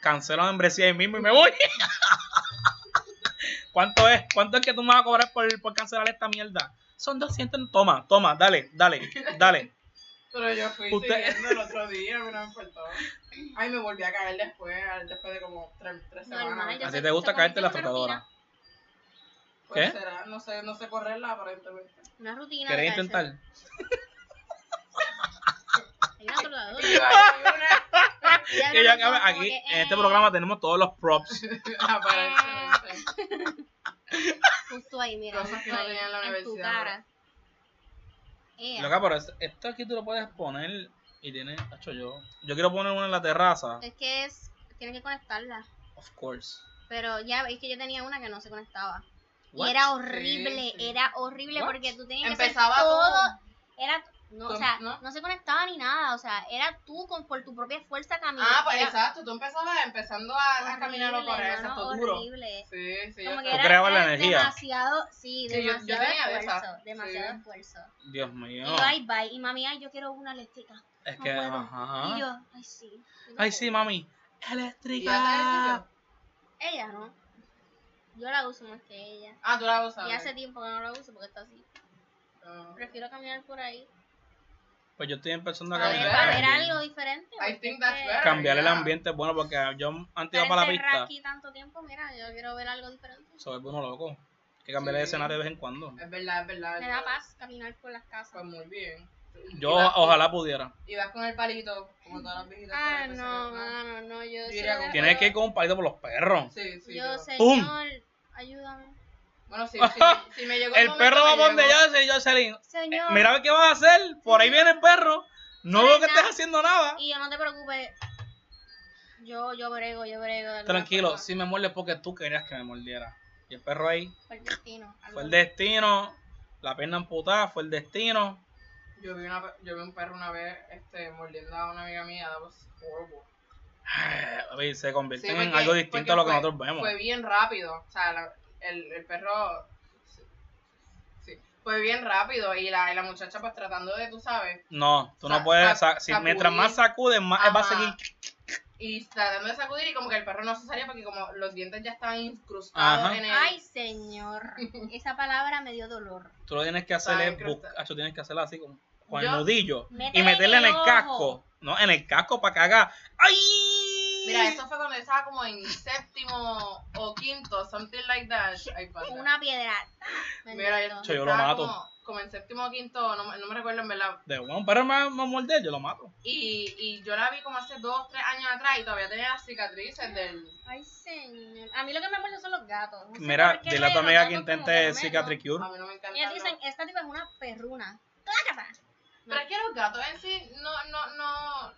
A: Cancelo la membresía ahí mismo y me voy. <laughs> ¿Cuánto es? ¿Cuánto es que tú me vas a cobrar por, por cancelar esta mierda? Son 200. Toma, toma, dale, dale, dale.
B: Pero yo fui
A: Usted-
B: siguiendo el otro día, a mí no me importó. Ay, me volví a caer después, al- después de como tres, tres semanas.
C: Normal, ya
A: ¿A
C: sé.
A: ti te gusta caerte en la
C: Una rutina.
A: flotadora?
B: Pues
A: ¿Qué?
B: será, no sé, no sé
A: <laughs>
B: correrla aparentemente.
C: Una rutina. de
A: ¿Querés
C: cárcel.
A: intentar?
C: Hay
A: <laughs>
C: una trotadora.
B: Y hay
C: Y
A: Y yo,
C: hablamos
A: cabrón,
C: como
A: aquí,
C: que,
A: en este
C: eh,
A: programa tenemos todos los props.
B: una- aparentemente.
C: Justo ahí, mira.
B: Cosas que
C: justo
B: no
C: ahí,
B: tenía en la
C: tu
B: universidad.
C: cara. Ea,
A: Loca, pero es- esto aquí tú lo puedes poner y tiene. Acho, yo. Yo quiero poner uno en la terraza.
C: Es que es. Tienes que conectarla.
A: Of course.
C: Pero ya es que yo tenía una que no se conectaba.
A: What?
C: Y era horrible,
B: Sí, sí.
C: era horrible
A: What?
C: porque tú tenías que
B: Empezaba
C: hacer
B: tú.
C: todo. Era, no, o
B: Tú,
C: sea,
B: ¿no?
C: ¿no? se conectaba ni nada. O sea, era tú con, por tu propia fuerza caminando.
B: Ah, pues exacto, tú empezabas empezando a, a caminar por ahí, exacto, duro.
C: Horrible.
B: Sí, sí,
C: Como
B: yo
A: Tú
C: que
B: sé.
C: era,
A: creabas la
C: era
A: energía.
C: demasiado, sí,
B: Sí, yo- yo
C: demasiado
B: tenía de
C: esfuerzo,
B: esas,
C: demasiado
B: sí.
C: esfuerzo.
A: Dios mío.
C: Y yo, ay, bye, y mami, ay, yo quiero una eléctrica.
A: Es
C: no
A: que,
C: puedo.
A: ajá.
C: Y yo, ay, sí. yo no
A: Ay,
C: puedo".
A: sí, mami.
B: ¿Y ya
A: Eléctrica.
B: te
C: Ella no. Yo la uso más que ella.
B: Ah, tú la usabas.
C: Y hace tiempo que no la uso porque está así.
B: Ah,
C: Prefiero caminar por ahí.
A: Pues yo estoy empezando a
C: Para ver,
A: caminar.
C: para ver
A: también.
C: algo diferente.
B: I
C: porque
B: think
C: es
B: that's
C: que
B: better.
A: Cambiar el
B: Yeah.
A: ambiente es bueno porque yo antes
C: estar
A: iba para la
C: encerrada
A: pista.
C: aquí tanto tiempo, mira, yo quiero ver algo diferente.
A: Se vuelve uno loco. Hay que cambiar de
B: Sí.
A: escenario de vez en cuando.
B: Es verdad, es verdad.
C: Me da paz caminar por las casas. Ah,
B: Pues muy bien.
A: Yo
B: Y vas-
A: ojalá pudiera.
B: Y vas con el palito, como todas las viejitas.
C: Ah,
B: que
C: no,
B: empezaron,
C: mano, no, yo...
B: Yo
C: soy
B: iría
C: de-
B: con-
A: Tienes que ir con un palito por los perros.
B: Sí, sí.
C: Yo,
B: yo-
A: ¡Pum!
C: señor, ayúdame.
A: <laughs>
B: Bueno, sí, sí, sí me llegó
A: El
B: momento,
A: perro va
B: me
A: por donde
B: llegó.
A: yo, Jocelyn. Eh,
C: Señor.
A: Mira a ver qué vas a hacer. Por ahí viene el perro. No
C: No
A: veo
C: hay
A: que
C: nada.
A: estés haciendo nada.
C: Y yo no te preocupes. Yo, yo brego, yo brego. de alguna
A: Tranquilo,
C: forma,
A: si me muerde porque tú querías que me mordiera. Y el perro ahí.
C: por el destino, algo
A: Fue el
C: así.
A: destino. La pierna amputada, fue el destino.
B: Yo vi, una, yo vi un perro una vez este, mordiendo a una amiga mía, that was horrible.
A: Oye, Eh, se convierten
B: Sí, porque-
A: en algo distinto
B: porque
A: a lo que
B: fue-
A: nosotros vemos.
B: Fue bien rápido, o sea, la- el, el perro... sí, sí, fue bien rápido y la, y la muchacha pues tratando de, tú sabes,
A: No, tú
B: Sa-
A: no puedes.
B: sa-
A: sa- si,
B: sacudir.
A: mientras más sacudes, más él va a
B: Ajá.
A: seguir.
B: y tratando de sacudir y como que el perro no se salía porque como los dientes ya estaban incrustados
A: Ajá.
B: en el...
C: Ay,
B: <laughs>
C: señor. Esa palabra me dio dolor.
A: Tú lo tienes que hacer
B: Ay,
A: es
B: creo que-
A: buscar- tú tienes que hacerlo así con, con el
B: Yo-
A: nudillo y
C: Métele
A: meterle en
C: en
A: el
C: el ojo.
A: casco. No, en el casco para que haga. ¡Ay!
B: Mira, eso fue cuando yo estaba como en séptimo o quinto, something like that. Ay, pata.
C: Una piedra.
B: Mira, yo,
A: Yo lo
B: estaba
A: mato.
B: Como, como en séptimo o quinto, no, me- no me recuerdo en verdad.
A: De bueno, un perro me va a morder, yo lo mato.
B: Y, y yo la vi como hace dos, tres años atrás y todavía tenía las cicatrices del...
C: Ay, señor. A mí lo que me muerde son los gatos. No sé
A: Mira,
C: por qué
A: dile a tu
C: los
A: amiga que
C: gatos como que no
A: intente
C: me-
A: Cicatricure.
B: A mí no me encanta.
C: no. Ellos dicen, esta tipa es una perruna. ¡Plácata!
B: Pero es que los gatos en sí no, no, no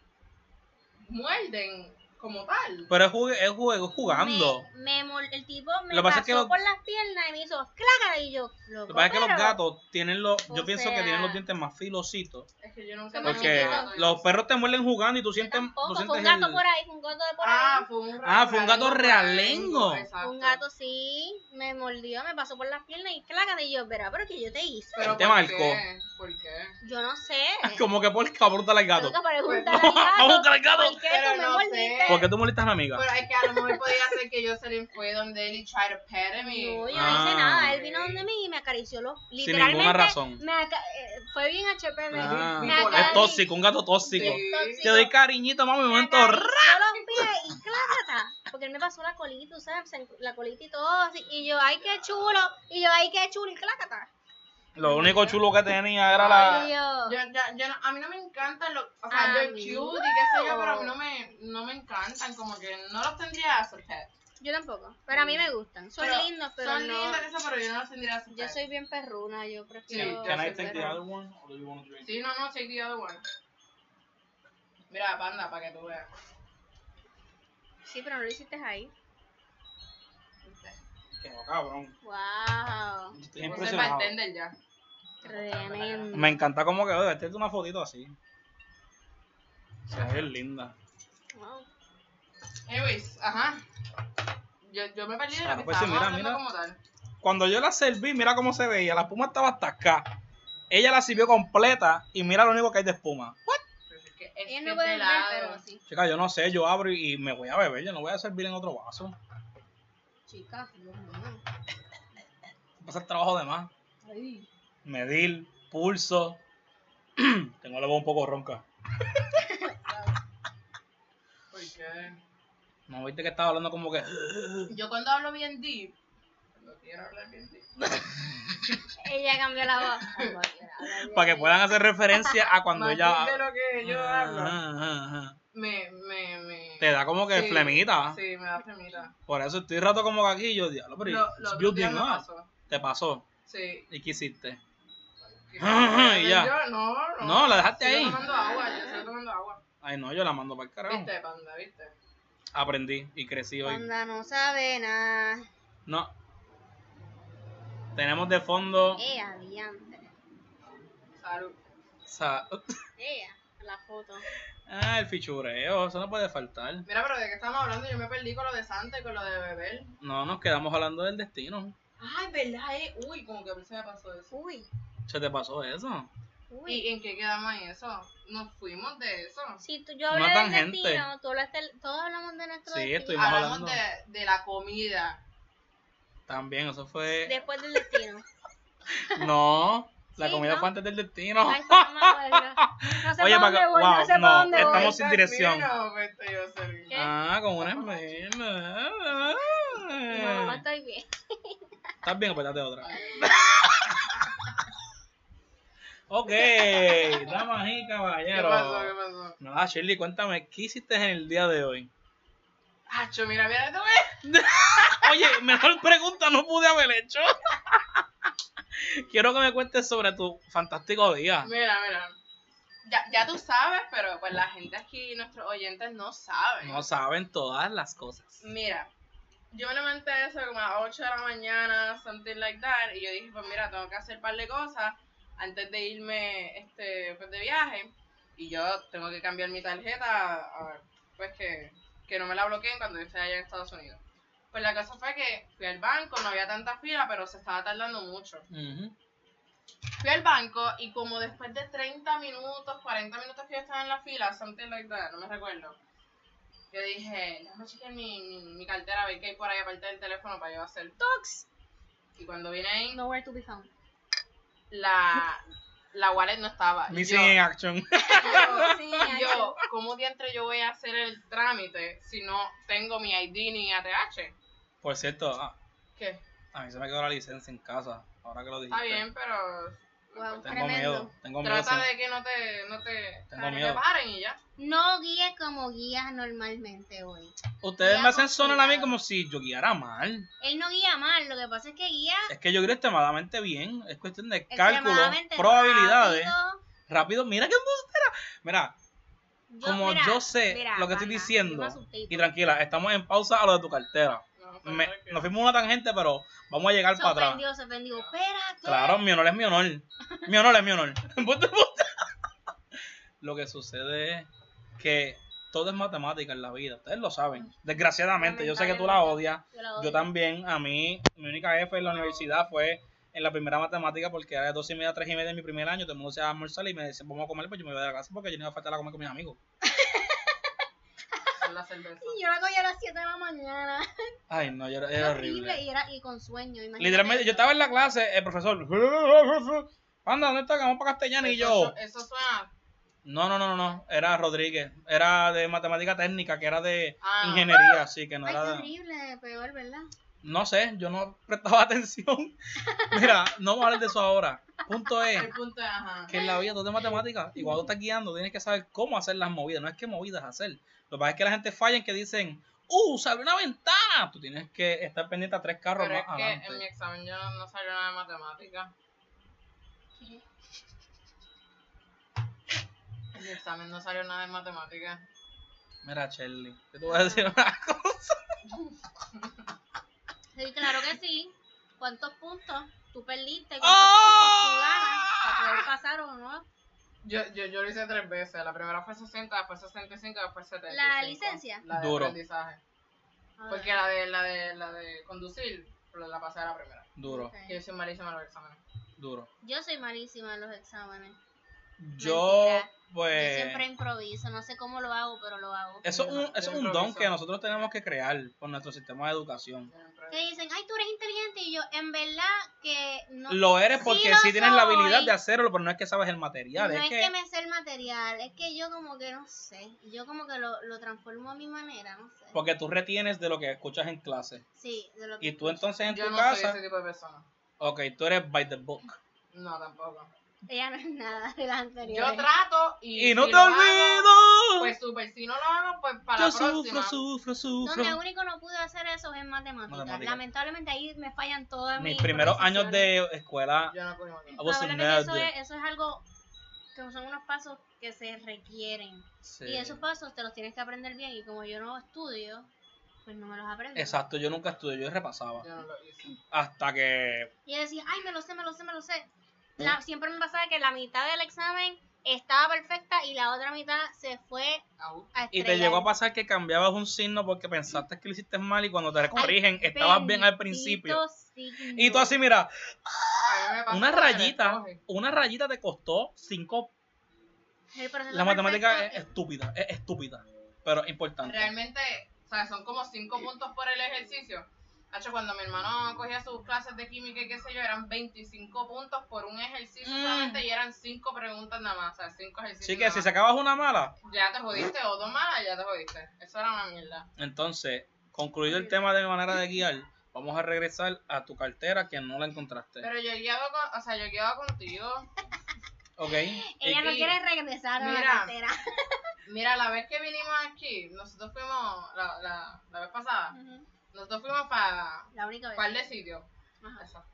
B: muerden como tal.
A: Pero es, jugue- es juego, es jugando.
C: Me, me mol- el tipo me
A: Lo que pasa
C: pasó
A: es que los-
C: por las piernas y me hizo clácata y yo,
A: Lo
C: loco,
A: que pasa es que los
C: pero-
A: gatos tienen los. Yo
C: O
A: pienso que
C: sea-
A: tienen los dientes más filositos.
B: Es que yo nunca
C: Son más
A: Porque
C: chiquitos.
A: los perros te muerden jugando y tú
C: Yo
A: sientes. tú
C: Tampoco, fue un
A: sientes
C: gato
A: el-
C: por ahí, fue un gato de por
B: Ah,
C: ahí.
B: fue un
A: Ah, fue un gato realengo.
B: Exacto.
C: Un gato sí, me mordió, me pasó por las piernas y clácata y yo, verá, pero que yo te hice.
B: Pero
A: Te
B: ¿por
A: marcó.
B: qué? ¿Por qué?
C: Yo no sé.
A: <laughs> Como que por cabrón al gato.
C: Tengo que preguntarle al
A: Vamos a
C: gato.
A: buscar al gato.
C: ¿Por qué
B: Pues Pero
C: tú me
B: no
C: mordiste?
B: sé.
A: ¿Por qué tú molestas a mi amiga?
B: Pero es que a lo mejor podía ser que Jocelyn fue donde él y tried to pet me.
C: No, yo no
A: Ah.
C: hice nada. Él vino donde mí y me acarició los. Literalmente.
A: ninguna razón.
C: me aca- eh, fue bien HP. Me,
A: Ah,
C: me
B: Bipolar.
A: es
C: acari-
A: tóxico, un gato tóxico.
B: Sí.
A: Te doy cariñito, mami, un
C: me
A: momento.
C: acarició los pies y clácata. Porque él me pasó la colita, tú sabes, se- la colita y todo. así, y yo, ay, qué chulo. Y yo, ay, qué chulo y clácata.
A: Lo único chulo que tenía era la.
C: Y yo,
B: Ah. Yo, yo- yo no- a mí no me encantan los. O sea,
C: A mí
B: yo cute y qué sé yo,
C: no.
B: pero a mí no me, no me encantan. Como que no los tendría as a pet.
C: yo tampoco. Pero a mí me gustan. Son
B: Pero-
C: lindos, pero
B: Son
C: no.
B: lindos eso, pero yo no los tendría as a
C: Yo
B: pet.
C: soy bien perruna, yo prefiero.
B: Sí, Can I take
C: ser
B: the
C: perruna.
A: one or do you want to drink?
B: Sí, no, no, take the other one. Mira, panda, para que tú veas.
C: Sí, pero no lo hiciste ahí.
A: Que no, cabrón.
C: Wow.
A: Estoy
B: Voy a ser
A: impresionado.
B: bartender ya.
C: Tremendo.
A: Me encanta cómo quedó. Debe tener una fotito así. Se ve linda.
C: Wow.
B: Anyways, ajá. Yo, yo me perdí de
A: Ah,
B: lo que
A: pues sí,
B: estábamos
A: mira,
B: hablando
A: mira.
B: como tal.
A: Cuando yo la serví, mira cómo se veía. La espuma estaba hasta acá. Ella la sirvió completa y mira lo único que hay de espuma.
B: Pero Pues es que es que
C: Ellos
B: es
C: no pueden ver,
B: helado.
C: pero sí.
A: Chica, yo no sé, yo abro y y me voy a beber, yo no voy a servir en otro vaso.
C: Chicas, Dios mío.
A: Pasa el trabajo de más.
C: Ay.
A: Medir, pulso. <clears throat> Tengo la voz un poco ronca.
B: ¿Por qué?
A: No viste que estaba hablando como que.
B: Yo cuando hablo bien deep, no quiero hablar bien deep.
C: Ella cambió la <laughs> voz.
A: Para que puedan hacer referencia a cuando
B: Más
A: ella.
B: deep de lo que yo hablo,
A: Ajá, ajá, ajá.
B: me, me, me...
A: Te da como que
B: Sí,
A: flemita.
B: Sí, me da flemita.
A: Por eso estoy rato como que aquí yo, diablo, pero
B: Lo,
A: it's
B: lo otro día
A: building
B: me
A: up.
B: pasó.
A: Te pasó.
B: Sí.
A: ¿Y qué hiciste?
B: Y
A: Ya.
B: Yo, no, no.
A: No, la dejaste
B: Sigo
A: ahí.
B: tomando agua, yo sigo tomando agua.
A: Ay, no, yo la mando para el carajo.
B: Viste, panda, viste.
A: Aprendí y crecí hoy.
C: Panda no sabe nada.
A: No. Tenemos de fondo.
C: Eh, adiante.
B: Salud.
A: sa-
C: Ella, la foto.
A: <laughs> Ah, el fichureo, eso no puede faltar.
B: Mira, pero de qué estamos hablando, yo me perdí con lo de Santa y con lo de beber.
A: No, nos quedamos hablando del destino.
B: Ay, verdad, eh. Uy, como que a mí se me pasó eso.
C: Uy,
A: ¿Se te pasó eso?
C: uy.
B: ¿Y en qué quedamos en eso? Nos fuimos de eso.
C: Si tú, yo
A: Una
C: hablé del
A: tangente.
C: destino, tú hablaste, del- todos hablamos de nuestro
A: Sí,
C: destino.
A: estuvimos
B: Hablamos
A: hablando.
B: de, de la comida.
A: También, eso fue.
C: Después
A: <laughs>
C: del destino.
A: No, la
C: Sí,
A: comida
C: ¿no?
A: fue antes del destino.
C: Ay, eso no me acuerdo.
A: <laughs>
C: No sé
A: Oye,
C: para dónde
A: para-
C: voy,
A: wow,
C: no sé
A: no,
C: para dónde voy.
A: estamos- sin dirección.
B: No, vete, yo soy-
C: ¿Qué?
A: Ah, con una esmeralda.
C: No, no estoy bien.
A: ¿Estás bien? Pues date
C: <laughs>
A: otra. ok, damas y
B: ¿Qué
A: caballeros.
B: pasó? ¿Qué pasó?
A: Nada, Shirley, cuéntame, ¿qué hiciste en el día de hoy?
B: Hacho, mira, mira, tú
A: Oye, mejor pregunta no pude haber hecho. <laughs> Quiero que me cuentes sobre tu fantástico día.
B: ves. Ah. Mira, mira. Ya, ya tú sabes, pero pues la gente aquí, nuestros oyentes, no saben.
A: No saben todas las cosas.
B: Mira, yo me levanté eso como a las 8 de la mañana, something like that, y yo dije, pues mira, tengo que hacer un par de cosas antes de irme este, pues, de viaje, y yo tengo que cambiar mi tarjeta, a- pues que, que no me la bloqueen cuando yo esté allá en Estados Unidos. Pues la cosa fue que fui al banco, no había tanta fila, pero se estaba tardando mucho.
A: Ujú.
B: Fui al banco y como después de 30 minutos, 40 minutos que yo estaba en la fila, something like that, no me recuerdo. Yo dije, déjame chequear mi, mi, mi cartera, a ver qué hay por ahí aparte del teléfono para yo hacer tox. Y cuando vine ahí,
C: Nowhere to be found.
B: la, la wallet no estaba. Y
A: Missing in action.
C: <laughs>
A: <laughs>
C: Sí,
B: yo, yo, ¿cómo diantre yo voy a hacer el trámite si no tengo mi ID ni ATH?
A: Por cierto, ah,
B: ¿Qué?
A: a mí se me quedó la licencia en casa. Ahora que lo dijiste.
B: Está bien, pero
C: Wow,
A: Tengo
C: tremendo.
A: miedo. Tengo miedo.
B: trata
A: sí.
B: de que no te, no te,
A: Tengo
B: no
A: miedo.
B: te paren y ya.
C: No guíes como guías normalmente hoy.
A: Ustedes me
C: Guía
A: hacen
C: con
A: sonar a mí
C: cuidado.
A: como si yo guiara mal.
C: Él no guía mal, lo que pasa es que guía
A: Es que yo guío extremadamente bien. Es cuestión de cálculo,
C: extremadamente
A: probabilidades.
C: rápido.
A: Rápido. Mira qué embustera. Mira,
C: Yo-
A: como
C: mira,
A: yo sé
C: mira,
A: lo que estoy
C: banda, yo
A: diciendo.
C: me asusté y
A: Y
C: todo.
A: tranquila, estamos en pausa a lo de tu cartera.
B: No, pero
A: Me-
B: es que-
A: nos fuimos una tangente, pero vamos a llegar
C: se
A: para atrás.
C: ofendió, se ofendió. Espérate.
A: Claro, mi honor es mi honor. Mi honor es mi honor. <laughs> Ponte, ponte. Lo que sucede es que todo es matemática en la vida. Ustedes lo saben. Desgraciadamente, yo sé que tú la odias.
C: Yo la odio.
A: Yo también, a mí, mi única F en la universidad fue en la primera matemática porque era de 12 y media a 3 y media de mi primer año. Todo el mundo se iba a almorzar y me decían, vamos a comer, pues yo me voy a la casa porque yo no iba a faltar a comer con mis amigos.
B: la cerveza.
C: Y <laughs> yo la cogí a las 7 de la mañana.
A: Ay, no, yo era,
C: Era
A: era horrible.
C: Y era y con sueño. imagínate
A: Literalmente, yo
C: eso.
A: estaba en la clase, el profesor. <laughs> Anda, ¿dónde está? Que vamos para castellano. Y yo.
B: Eso, eso suena.
A: No, no, no, no, no. Era Rodríguez. Era de matemática técnica, que era de
B: Ah.
A: ingeniería, así que no
C: Ay,
A: era.
C: qué
A: de-
C: horrible, peor, ¿verdad?
A: No sé, yo no prestaba <laughs> atención. Mira, no vamos a hablar de eso ahora. Punto es
B: El punto es, ajá.
A: que en la vida todo es matemática. Y cuando tú estás guiando, tienes que saber cómo hacer las movidas. No es qué movidas hacer. Lo que pasa es que la gente falla en que dicen, ¡Uh, se abrió una ventana! Tú tienes que estar pendiente a tres carros
B: Pero es
A: más
B: que
A: adelante.
B: en mi examen yo no, no salió nada de matemática. En mi examen no salió nada de matemática.
A: Mira, Shirley, yo te voy a decir una cosa.
C: Sí, claro que sí. ¿Cuántos puntos tú perdiste? ¿Cuántos puntos tú ganas para
A: ¡Ah!
C: poder pasar o no?
B: Yo, yo, yo lo hice tres veces. La primera fue 60, después 65, después 70.
C: licencia?
B: La de
A: Duro.
B: aprendizaje.
C: Ah,
B: Porque la de, la de, la de conducir, pero la pasé a la primera.
A: <laughs> Duro,
C: ok.
B: Que yo soy malísima en los exámenes.
A: duro.
C: Yo soy malísima en los exámenes.
A: Yo,
C: Mentira.
A: pues.
C: Yo siempre improviso, no sé cómo lo hago, pero lo hago.
A: Eso es un, eso
B: Yo
A: es un
B: improviso.
A: don que nosotros tenemos que crear con nuestro sistema de educación.
B: Siempre.
C: Que dicen, ay, tú eres inteligente. Y yo, en verdad que no.
A: Lo eres
C: Sí
A: porque
C: lo
A: sí tienes la habilidad
C: soy.
A: de hacerlo, pero no es que sabes el material.
C: no
A: es, que,
C: me sé el material, es que yo como que no sé. Yo como que lo, lo transformo a mi manera, no sé.
A: porque tú retienes de lo que escuchas en clase.
C: Sí, de lo que.
A: Y tú entonces en
B: Yo
A: tu
B: no soy
A: casa,
B: ese tipo de persona.
A: ok, tú eres by the book.
B: No, tampoco.
C: Ella no es nada de las anteriores.
B: Yo trato y.
A: Y no
B: si
A: te
B: lo hago,
A: olvido.
B: Pues super, si no lo hago, pues para
A: Yo
B: la
A: sufro,
B: próxima.
A: sufro, sufro.
C: Donde único no pude hacer eso es en matemáticas.
A: Matemáticas.
C: Lamentablemente ahí me fallan todas mis.
A: Mis primeros años
C: proposiciones.
A: de escuela,
B: Yo no cogí matemáticas.
A: I was a
C: La verdad que eso,
A: nerd.
C: es, eso es algo que son unos pasos que se requieren.
A: sí.
C: Y esos pasos te los tienes que aprender bien. Y como yo no estudio, pues no me los aprendo.
A: Exacto, yo nunca estudié, yo repasaba.
B: Yo no lo hice.
A: Hasta que
C: Y yo decía, ay, me lo sé, me lo sé, me lo sé. La- siempre me pasaba que la mitad del examen estaba perfecta y la otra mitad se fue
B: Au.
C: a estrellar.
A: Y te llegó a pasar que cambiabas un signo porque pensaste que lo hiciste mal y cuando te corrigen estabas bien al principio. Y tú así, mira,
B: A mí me pasó
A: una
B: que
A: rayita,
B: me
A: una rayita te costó cinco. La matemática es estúpida, es estúpida, pero es
B: escoge.
A: importante.
B: Realmente, o sea, son como cinco puntos por el ejercicio. Hacho, cuando mi hermano cogía sus clases de química y qué sé yo, eran 25 puntos por un ejercicio
A: Mm.
B: solamente y eran cinco preguntas nada más, o sea, cinco ejercicios.
A: Así que
B: nada
A: si
B: más.
A: sacabas una mala,
B: Ya te jodiste, o dos malas, ya te jodiste. Eso era una mierda.
A: entonces, concluido el tema de mi manera de guiar, vamos a regresar a tu cartera que no la encontraste.
B: Pero yo guiaba, con, o sea, yo guiaba contigo.
A: ¿Ok?
C: Ella no
B: Y-
C: quiere regresar a la
B: Mira.
C: cartera. <laughs>
B: Mira, la vez que vinimos aquí, nosotros fuimos, la, la, la vez pasada,
C: Ujú.
B: nosotros fuimos para
C: La única
B: un
C: vez.
B: par de sitios.
C: Ajá.
B: Exacto.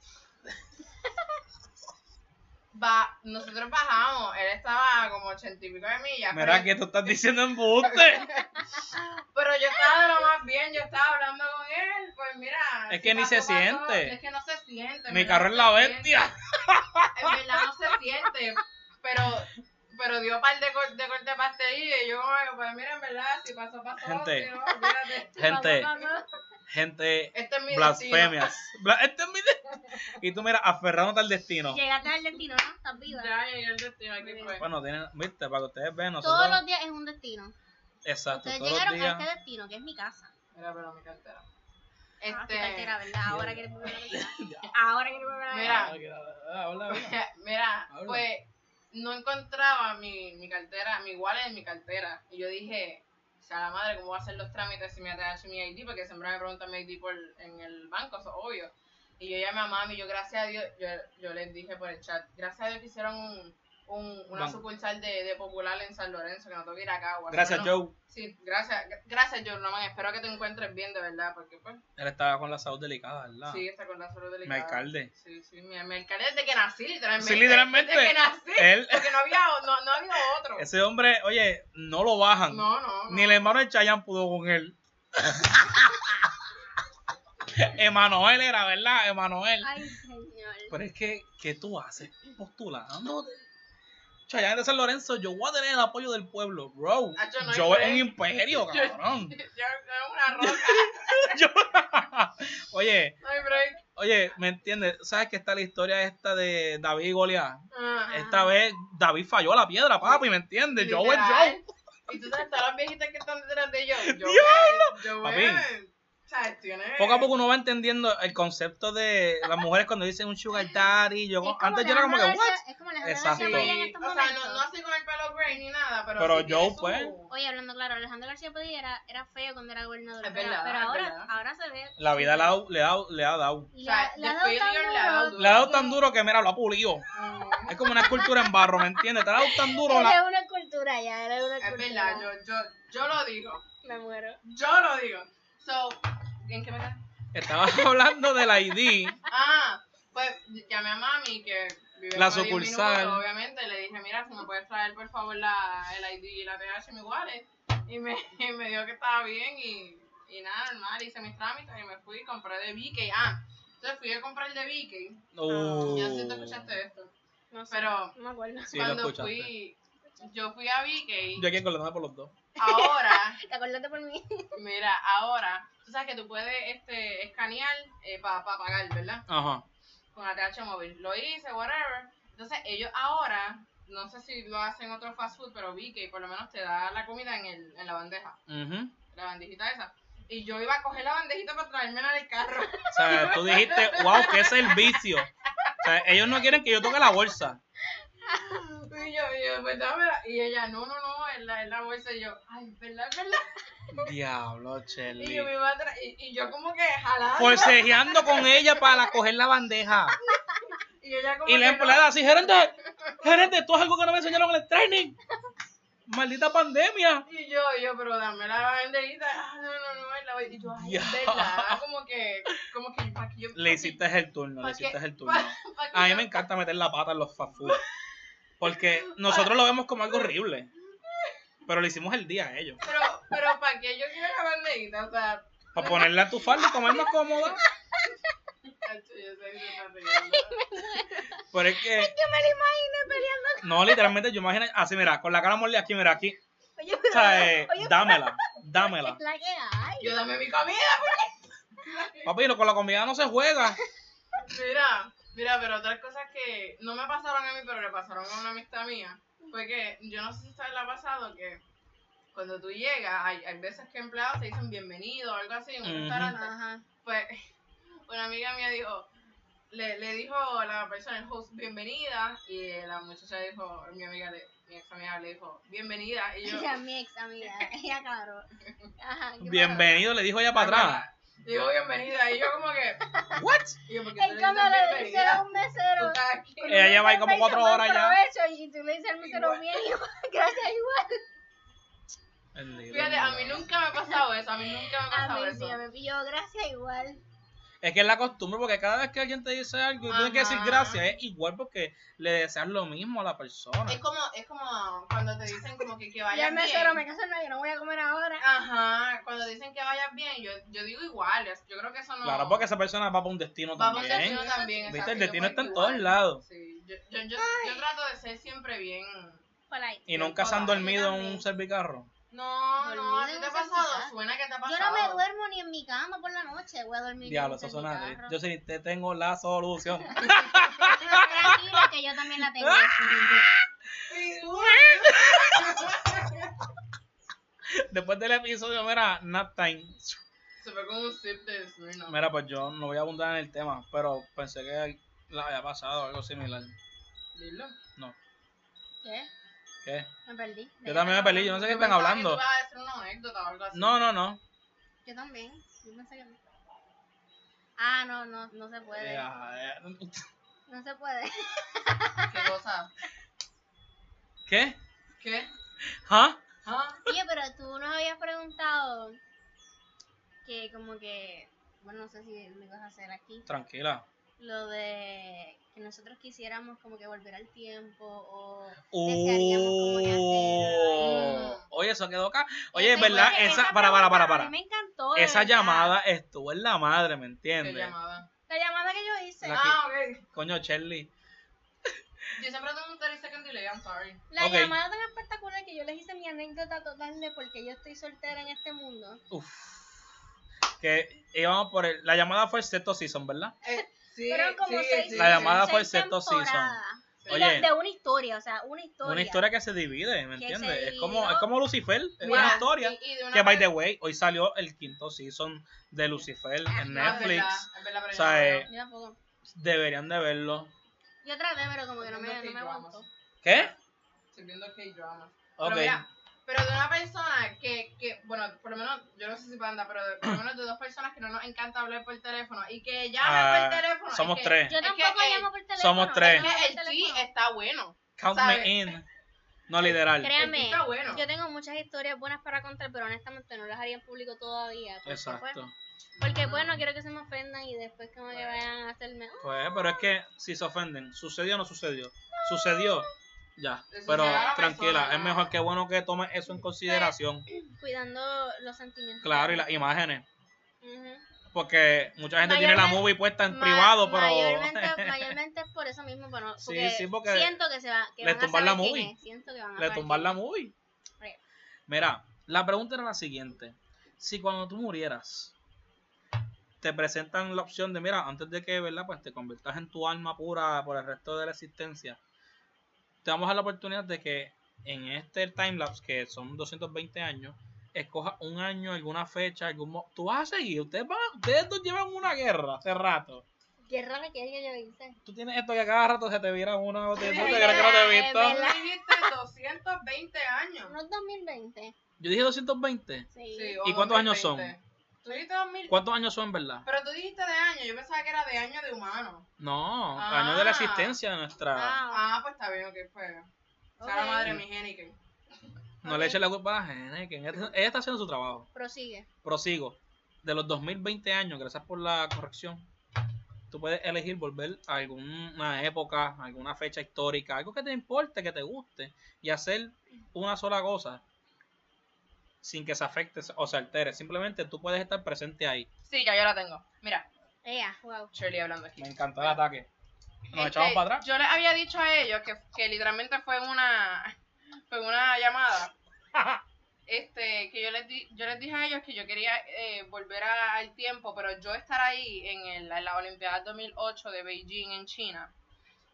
B: Ba- nosotros bajamos, él estaba a como ochenta y pico de millas.
A: Mira
B: pero,
A: que tú estás diciendo
C: <laughs>
A: embuste.
B: pero yo estaba de lo más bien, yo estaba hablando con él, pues mira.
A: Es
B: si
A: que ni
B: pasó,
A: se
B: pasó,
A: siente.
B: Es que no se siente. en
A: Mi
B: verdad
A: carro
B: no
A: es
B: se
A: la
B: siente,
A: bestia.
B: En verdad no se siente, pero... Pero dio par de, cor- de corte de pastelillo y yo, como que, pues mira, en verdad, si pasó, pasó.
A: Gente.
B: si no, olvídate.
A: Gente,
C: No, no, no.
A: gente,
B: Este es mi destino.
A: blasfemias. Bla- este es mi
C: <laughs>
A: de- Y tú, mira, aferrándote al destino.
C: Llegaste al destino, ¿no? Estás viva.
B: Ya llegué al destino, aquí fue.
A: Bueno, tienen, viste, para que ustedes vean, nosotros.
C: Todos los días es un destino.
A: exacto,
C: Ustedes
A: todos los
C: llegaron a
A: días.
C: este destino, que es mi casa.
B: Mira, pero mi cartera.
C: Ah, tu
B: Este,
C: cartera, ¿verdad? Ahora quieres volver a la cartera. Ahora quieres volver a la
B: Mira.
C: cartera.
A: Ah, hola, hola.
B: <laughs> Mira,
A: Habla.
B: pues no encontraba mi, mi cartera, mi wallet en mi cartera. Y yo dije, o sea, la madre, ¿cómo voy a hacer los trámites si me atache mi ID? Porque siempre me preguntan mi ID por, en el banco, eso es obvio. Y yo llamé a mami, yo gracias a Dios, yo, yo les dije por el chat, gracias a Dios que hicieron un, un- una
A: Banco.
B: sucursal de, de Popular en San Lorenzo, que no tengo que ir a Cagua.
A: Gracias,
B: <laughs> Bueno,
A: Joe.
B: Sí, gracias, gracias, Joe Norman. Espero que te encuentres bien, de verdad, porque pues,
A: Él estaba con la salud delicada, ¿verdad?
B: sí, está con la salud
A: Mi
B: delicada.
A: alcalde.
B: Sí, sí, mi, mi alcalde desde que nací, literalmente.
A: Sí, literalmente.
B: Desde que nací.
A: Él,
B: Porque no había, no, no había otro.
A: ese hombre, oye, no lo bajan.
B: No, no. no.
A: Ni
B: <laughs>
A: el hermano de Chayanne pudo con él. Emanuel era, ¿verdad? Emanuel.
C: Ay, señor.
A: Pero es que, ¿qué tú haces postulándote? Chayanne de San Lorenzo, yo voy a tener el apoyo del pueblo, bro.
B: Ah, yo no
A: Yo es
B: creo.
A: un imperio, cabrón.
B: Yo, yo era una roca.
A: Oye,
B: No hay break.
A: oye, ¿me entiendes? ¿Sabes que está la historia esta de David y Goliat?
B: Ah,
A: Esta vez David falló a la piedra, papi, ¿me entiendes? Joe es
B: literal.
A: Joe.
B: Y tú sabes, todas las viejitas que están detrás de ellos. Yo, yo,
A: Papi.
B: ven. O sea, tiene-
A: Poco a poco uno va entendiendo el concepto de las mujeres cuando dicen un sugar daddy. Yo,
C: Es como
A: antes yo era como que,
C: Alejandra
A: ¿what?
C: García- Es como Alejandra
A: Exacto.
C: García Padilla en
B: Sí,
C: estos
B: o sea,
C: momentos.
B: no, no así con el pelo gray ni nada, pero.
A: Pero
B: sí tiene
A: Joe,
B: su-
A: pues.
C: Oye, hablando claro, Alejandra García Padilla era, era feo cuando era gobernador.
B: Es
C: pero
B: verdad,
C: pero
B: es
C: ahora,
B: verdad.
C: ahora se ve.
A: La vida le ha, dado- le ha, dado- le ha dado.
C: Y la-
B: O sea,
C: la ha
B: the
C: dado tan
B: failure le ha dado
C: duro.
A: Le ha dado tan duro que, mira, lo ha pulido.
B: Mm,
A: Es como una escultura en barro, ¿me entiendes? Te ha dado tan duro
C: <laughs>
A: la...
B: <laughs>
C: Era una cultura ya, era una
B: Es
C: cultura.
B: verdad, yo, yo, yo lo digo.
C: Me muero.
B: Yo lo digo. So, ¿en qué me quedé?
A: Estabas hablando del ID.
B: Ah, pues llamé a mami que vive
A: La
B: como a 10
A: sucursal.
B: minutos, obviamente, y le dije, mira, si me puedes traer por favor la, el ID y la TH y mi wallet. Y me, <laughs> y me dijo que estaba bien y, y nada, normal, hice mis trámites y me fui y compré de BK. Ah, entonces fui a comprar de BK.
A: Uh.
B: Yo no sé si te escuchaste esto.
C: No sé,
B: Pero
C: no me acuerdo.
A: Sí, lo
B: cuando
A: escuchaste.
B: fui, yo fui a BK,
A: Yo aquí encontrándome por los dos.
B: ahora... <laughs>
C: ¿Te acordaste por <laughs> mí?
B: Mira, ahora, tú sabes que tú puedes este, escanear para pagar, ¿verdad?
A: Ajá.
B: Con ATH móvil. Lo hice, whatever. Entonces, ellos ahora, no sé si lo hacen otro fast food, pero vi que por lo menos te da la comida en, el, en la bandeja,
A: Ujú.
B: la bandejita esa. Y yo iba a coger la bandejita para traérmela del carro. <laughs>
A: O sea, tú dijiste, wow, qué servicio. O sea, ellos no quieren que yo toque la bolsa.
B: Y yo, y yo, pues dámela. Y ella, no, no, no, es la, es la bolsa. Y yo, ay, ¿verdad, verdad?
A: Diablo,
B: Y
A: Chelly.
B: yo me iba a tra- y, y yo como que jalada.
A: Pues, Forcejeando con ella para coger la bandeja.
B: Y ella como
A: Y la
B: que no.
A: empleada así, gerente, gerente, esto es algo que no me enseñaron en el training. Maldita pandemia.
B: Y yo, yo, pero dame la banderita. Ah, no, no, no. Y, la, y yo, ay, es
A: Ya.
B: verdad. Como que, como que, pa' que yo.
A: Le hiciste el turno, le
B: ¿Para qué?
A: hiciste el turno.
B: <laughs> pa' que
A: A mí
B: yo-
A: me encanta meter la pata en los fast food. Porque nosotros lo vemos como algo horrible. Pero le hicimos el día a ellos.
B: Pero, pero, ¿para qué yo quiero la banderita? O sea,
A: Para ponerle a tu falda y comernos cómoda.
B: cacho, yo sé que se está riendo.
A: Pero es que,
C: Yo me lo imaginé peleando.
A: no, literalmente, yo imagino así, mira, con la cara molida aquí, mira, aquí.
C: Oye,
A: O sea, eh,
C: oye,
A: dámela,
C: pero
A: dámela.
C: es la que hay.
B: Yo dame mi comida,
A: Papi, lo- con la comida no se
B: <laughs>
A: juega.
B: pues. Mira, mira, pero otras cosas que no me pasaron a mí, pero le pasaron a una amistad mía. Fue que, yo no sé si sabes la ha pasado, que cuando tú llegas, hay, hay veces que empleados te dicen bienvenido o algo así en un
A: Ujú.
B: restaurante.
C: Ajá.
B: pues una amiga mía dijo, le, le dijo a la persona, el host, bienvenida, y la muchacha dijo, mi amiga, le- mi ex amiga le dijo, bienvenida, y yo,
C: Ella mi ex amiga, ella claro. Ajá. ¿qué pasó?
A: Bienvenido, le dijo ella para atrás.
B: digo bienvenida, y yo como que,
A: ¿What?
B: y yo, ¿por qué
C: <laughs>
B: tú
C: En
B: le dices
C: cambio le dice a
B: bienvenida?
C: un
B: Tú
C: mesero.
B: estás aquí.
A: Ella lleva ahí como
C: "Buen
A: cuatro
C: provecho,
A: horas
C: buen
A: ya".
C: provecho", Y tú le dices al mesero
B: Igual.
C: bien, <laughs> igual, gracias igual.
B: Fíjate, a mí nunca me ha pasado eso, a mí nunca me ha
C: A
B: pasado
C: mí sí,
B: eso.
C: me pilló, gracias igual.
A: Es que es la costumbre, porque cada vez que alguien te dice algo, tú tienes que decir
B: Ajá.
A: gracias. Es igual porque le deseas lo mismo a la persona.
B: Es como, es como cuando te dicen como que, que
C: Y el
B: vayas
C: mesero me
B: bien. Ah,
C: casa, no, yo no voy a comer ahora.
B: Ajá, cuando dicen que vayas bien, yo, yo digo igual, es- yo creo que eso no...
A: Claro, porque esa persona va para un destino
B: Va por
A: también.
B: destino también.
A: ¿Viste?
B: exacto,
A: El
B: yo
A: destino está en
B: puedo
A: todos
B: igual.
A: lados.
B: Sí, yo, yo, yo, yo trato de ser siempre bien. pues,
C: Polite.
A: Y nunca se han dormido en un
C: también.
A: servicarro.
B: No, no,
C: Dormida
B: ¿a ti te ha
C: no se quita.
B: pasado? Suena que te ha
C: Yo
B: pasado.
C: no me duermo ni en mi cama por la noche, voy a dormir.
A: Diablo,
C: en
A: eso
C: mi
A: suena.
C: carro.
A: Yo sí te tengo la
B: <laughs>
A: solución.
C: Tranquila, que yo también la <laughs> tengo.
A: Después del episodio, mira, nap time.
B: Se fue con un sip de Smirnoff.
A: Mira, pues yo no voy a abundar en el tema, pero pensé que la había pasado algo similar.
B: Dilo.
A: No.
C: ¿Qué?
A: ¿Qué?
C: Me perdí. ¿De
A: Yo
C: qué
A: también me
C: estás
A: perdí, yo
C: hablando?
A: no sé qué
B: Yo
A: están
B: pensaba que
A: hablando.
B: tú ibas a decir una anécdota o algo así.
A: No, no, no.
C: Yo también. Yo pensé que no. Ah, no, no, no se
B: Pues.
C: puede.
A: Eh, ajá, eh,
C: No se puede. <laughs>
B: ¿Qué cosa?
A: ¿Qué?
B: ¿Qué?
A: ¿Ah?
B: ¿Ah?
C: Oye, pero tú nos habías preguntado que como que, bueno, no sé si me vas a hacer aquí,
A: Tranquila.
C: lo de que nosotros quisiéramos como que volver al tiempo o desearíamos como que hacer.
A: Oh.
B: Mm.
A: Oye, eso quedó acá. Oye, es
C: Este, Esa-
A: verdad,
C: oye,
A: esa. Para, para, para,
C: pregunta a
A: para.
C: mí me encantó. de
A: Esa
C: verdad.
A: llamada estuvo en la madre, ¿me
B: ¿Qué
A: entiendes?
B: llamada?
C: La llamada que yo hice.
A: La-
C: La,
B: Ah, ok.
A: Coño, Cherly.
B: Yo siempre tengo un 30 second delay, I'm sorry.
A: ok.
C: llamada tan espectacular que yo les hice mi anécdota total de por qué yo estoy soltera en este mundo.
A: Uf. Que íbamos por el. La llamada fue el sexto season, ¿verdad?
B: Eh, sí,
C: Fueron como
B: sí,
C: seis
B: sí,
A: La
B: sí.
A: llamada fue el
C: seis
A: sexto season.
C: temporadas.
B: Sí.
C: y
A: Oye.
C: de- de una historia, o sea, una historia.
A: Una historia que se divide, ¿me
C: Que
A: entiendes?
C: se
A: Es como,
C: dividió.
A: es como Lucifer, es
B: Wow.
A: una historia.
B: Y- y de una
A: Que by the
B: manera-
A: way, hoy salió el quinto season de Lucifer
C: Ah,
A: en
B: No, es
A: Netflix.
B: verdad, es verdad, pero
A: O
B: yo
A: sea,
B: no
A: eh,
B: veo.
C: Yo tampoco.
A: Deberían de verlo.
C: Yo traté, pero como que no me, no
B: Viendo
C: me
B: K-dramas.
C: aguantó.
A: ¿Qué?
B: Estoy viendo K-drama.
A: Ok.
B: Pero mira, pero de una persona que, que, bueno, por lo menos, yo no sé si panda, pero de- por lo menos de dos personas que no nos encanta hablar por teléfono y que llaman
A: Ah,
B: por teléfono. es
A: somos
B: que-
A: tres.
C: Yo
B: Es que,
C: tampoco
B: eh,
C: llamo por teléfono.
A: somos
C: yo
B: Es
A: tres.
C: llamo por
B: que el
C: teléfono.
B: T está bueno.
A: Count
B: ¿sabes?
A: me in. No literal.
B: El
C: Créame,
B: está bueno.
C: yo tengo muchas historias buenas para contar, pero honestamente no las haría en público todavía. porque, pues,
A: Exacto.
C: Porque
B: Mm.
C: pues no quiero que se me ofendan y después como que vayan a hacerme... "Oh,
A: Pues, pero es que si se ofenden, sucedió o no sucedió. Sucedió. Ya.
B: Sucedió
A: Pero
B: a la
A: tranquila,
B: persona.
A: es mejor que bueno que tomes eso en consideración.
C: uh, cuidando los sentimientos.
A: Claro, y las imágenes.
C: Ujú.
A: Porque mucha gente tiene la
C: Mayormente-
A: movie puesta en
C: Ma-
A: privado, pero. <laughs>
C: Mayormente, mayormente es por eso mismo, pero no-
A: Sí,
C: porque,
A: sí, porque
C: siento que se va... Que
A: le
C: van a
A: tumban la
C: saber quién
A: movie.
C: es, Siento que van a
A: le
C: saber
A: tumbar
C: quién
A: la
C: es.
A: movie.
C: Right.
A: Mira, la pregunta era la siguiente. Si cuando tú murieras, te presentan la opción de, mira, antes de que, ¿verdad? Pues te conviertas en tu alma pura por el resto de la existencia, te vamos a dar la oportunidad de que en este timelapse, que son 220 años, escojas un año, alguna fecha, algún... mo- Tú vas a seguir, ustedes, van a- ustedes dos llevan una guerra hace rato.
C: Guerra de que yo le hice.
A: Tú tienes esto que a cada rato se te vira una botella. ¿Tú te
B: Es
A: crees que no te he
C: verdad,
A: visto?
C: es
B: Tú
C: verdad.
B: viviste 220 años.
C: No es 2020.
A: Yo dije 220.
C: Sí.
B: Sí, o
A: ¿Y cuántos años
B: 2020. Tú dijiste 2000.
A: ¿Cuántos años son, en verdad?
B: Pero tú dijiste de año, yo pensaba que era de año de humano.
A: No,
B: Ah.
A: años de la existencia de nuestra.
C: Ah,
B: Ah, pues está bien, ok, pues. O sea, la
C: Ok.
B: madre mi Henneken.
A: no le eche la culpa a la gente, que ella ella está haciendo su trabajo.
C: prosigue.
A: Prosigo. De los 2020 años, gracias por la corrección, tú puedes elegir volver a alguna época, alguna fecha histórica, algo que te importe, que te guste, y hacer una sola cosa sin que se afecte o se altere. Simplemente tú puedes estar presente ahí.
B: Sí, ya yo la tengo. Mira,
C: Ella, wow.
B: Shirley hablando aquí.
A: Me encantó el ataque. Nos
B: Este,
A: echamos para
B: <laughs>
A: atrás.
B: Yo les había dicho a ellos que, que literalmente fue en una, fue en una llamada. Este, que yo les, di- yo les dije a ellos que yo quería eh, volver a- al tiempo, pero yo estar ahí en, el- en la Olimpiada 2008 de Beijing en China,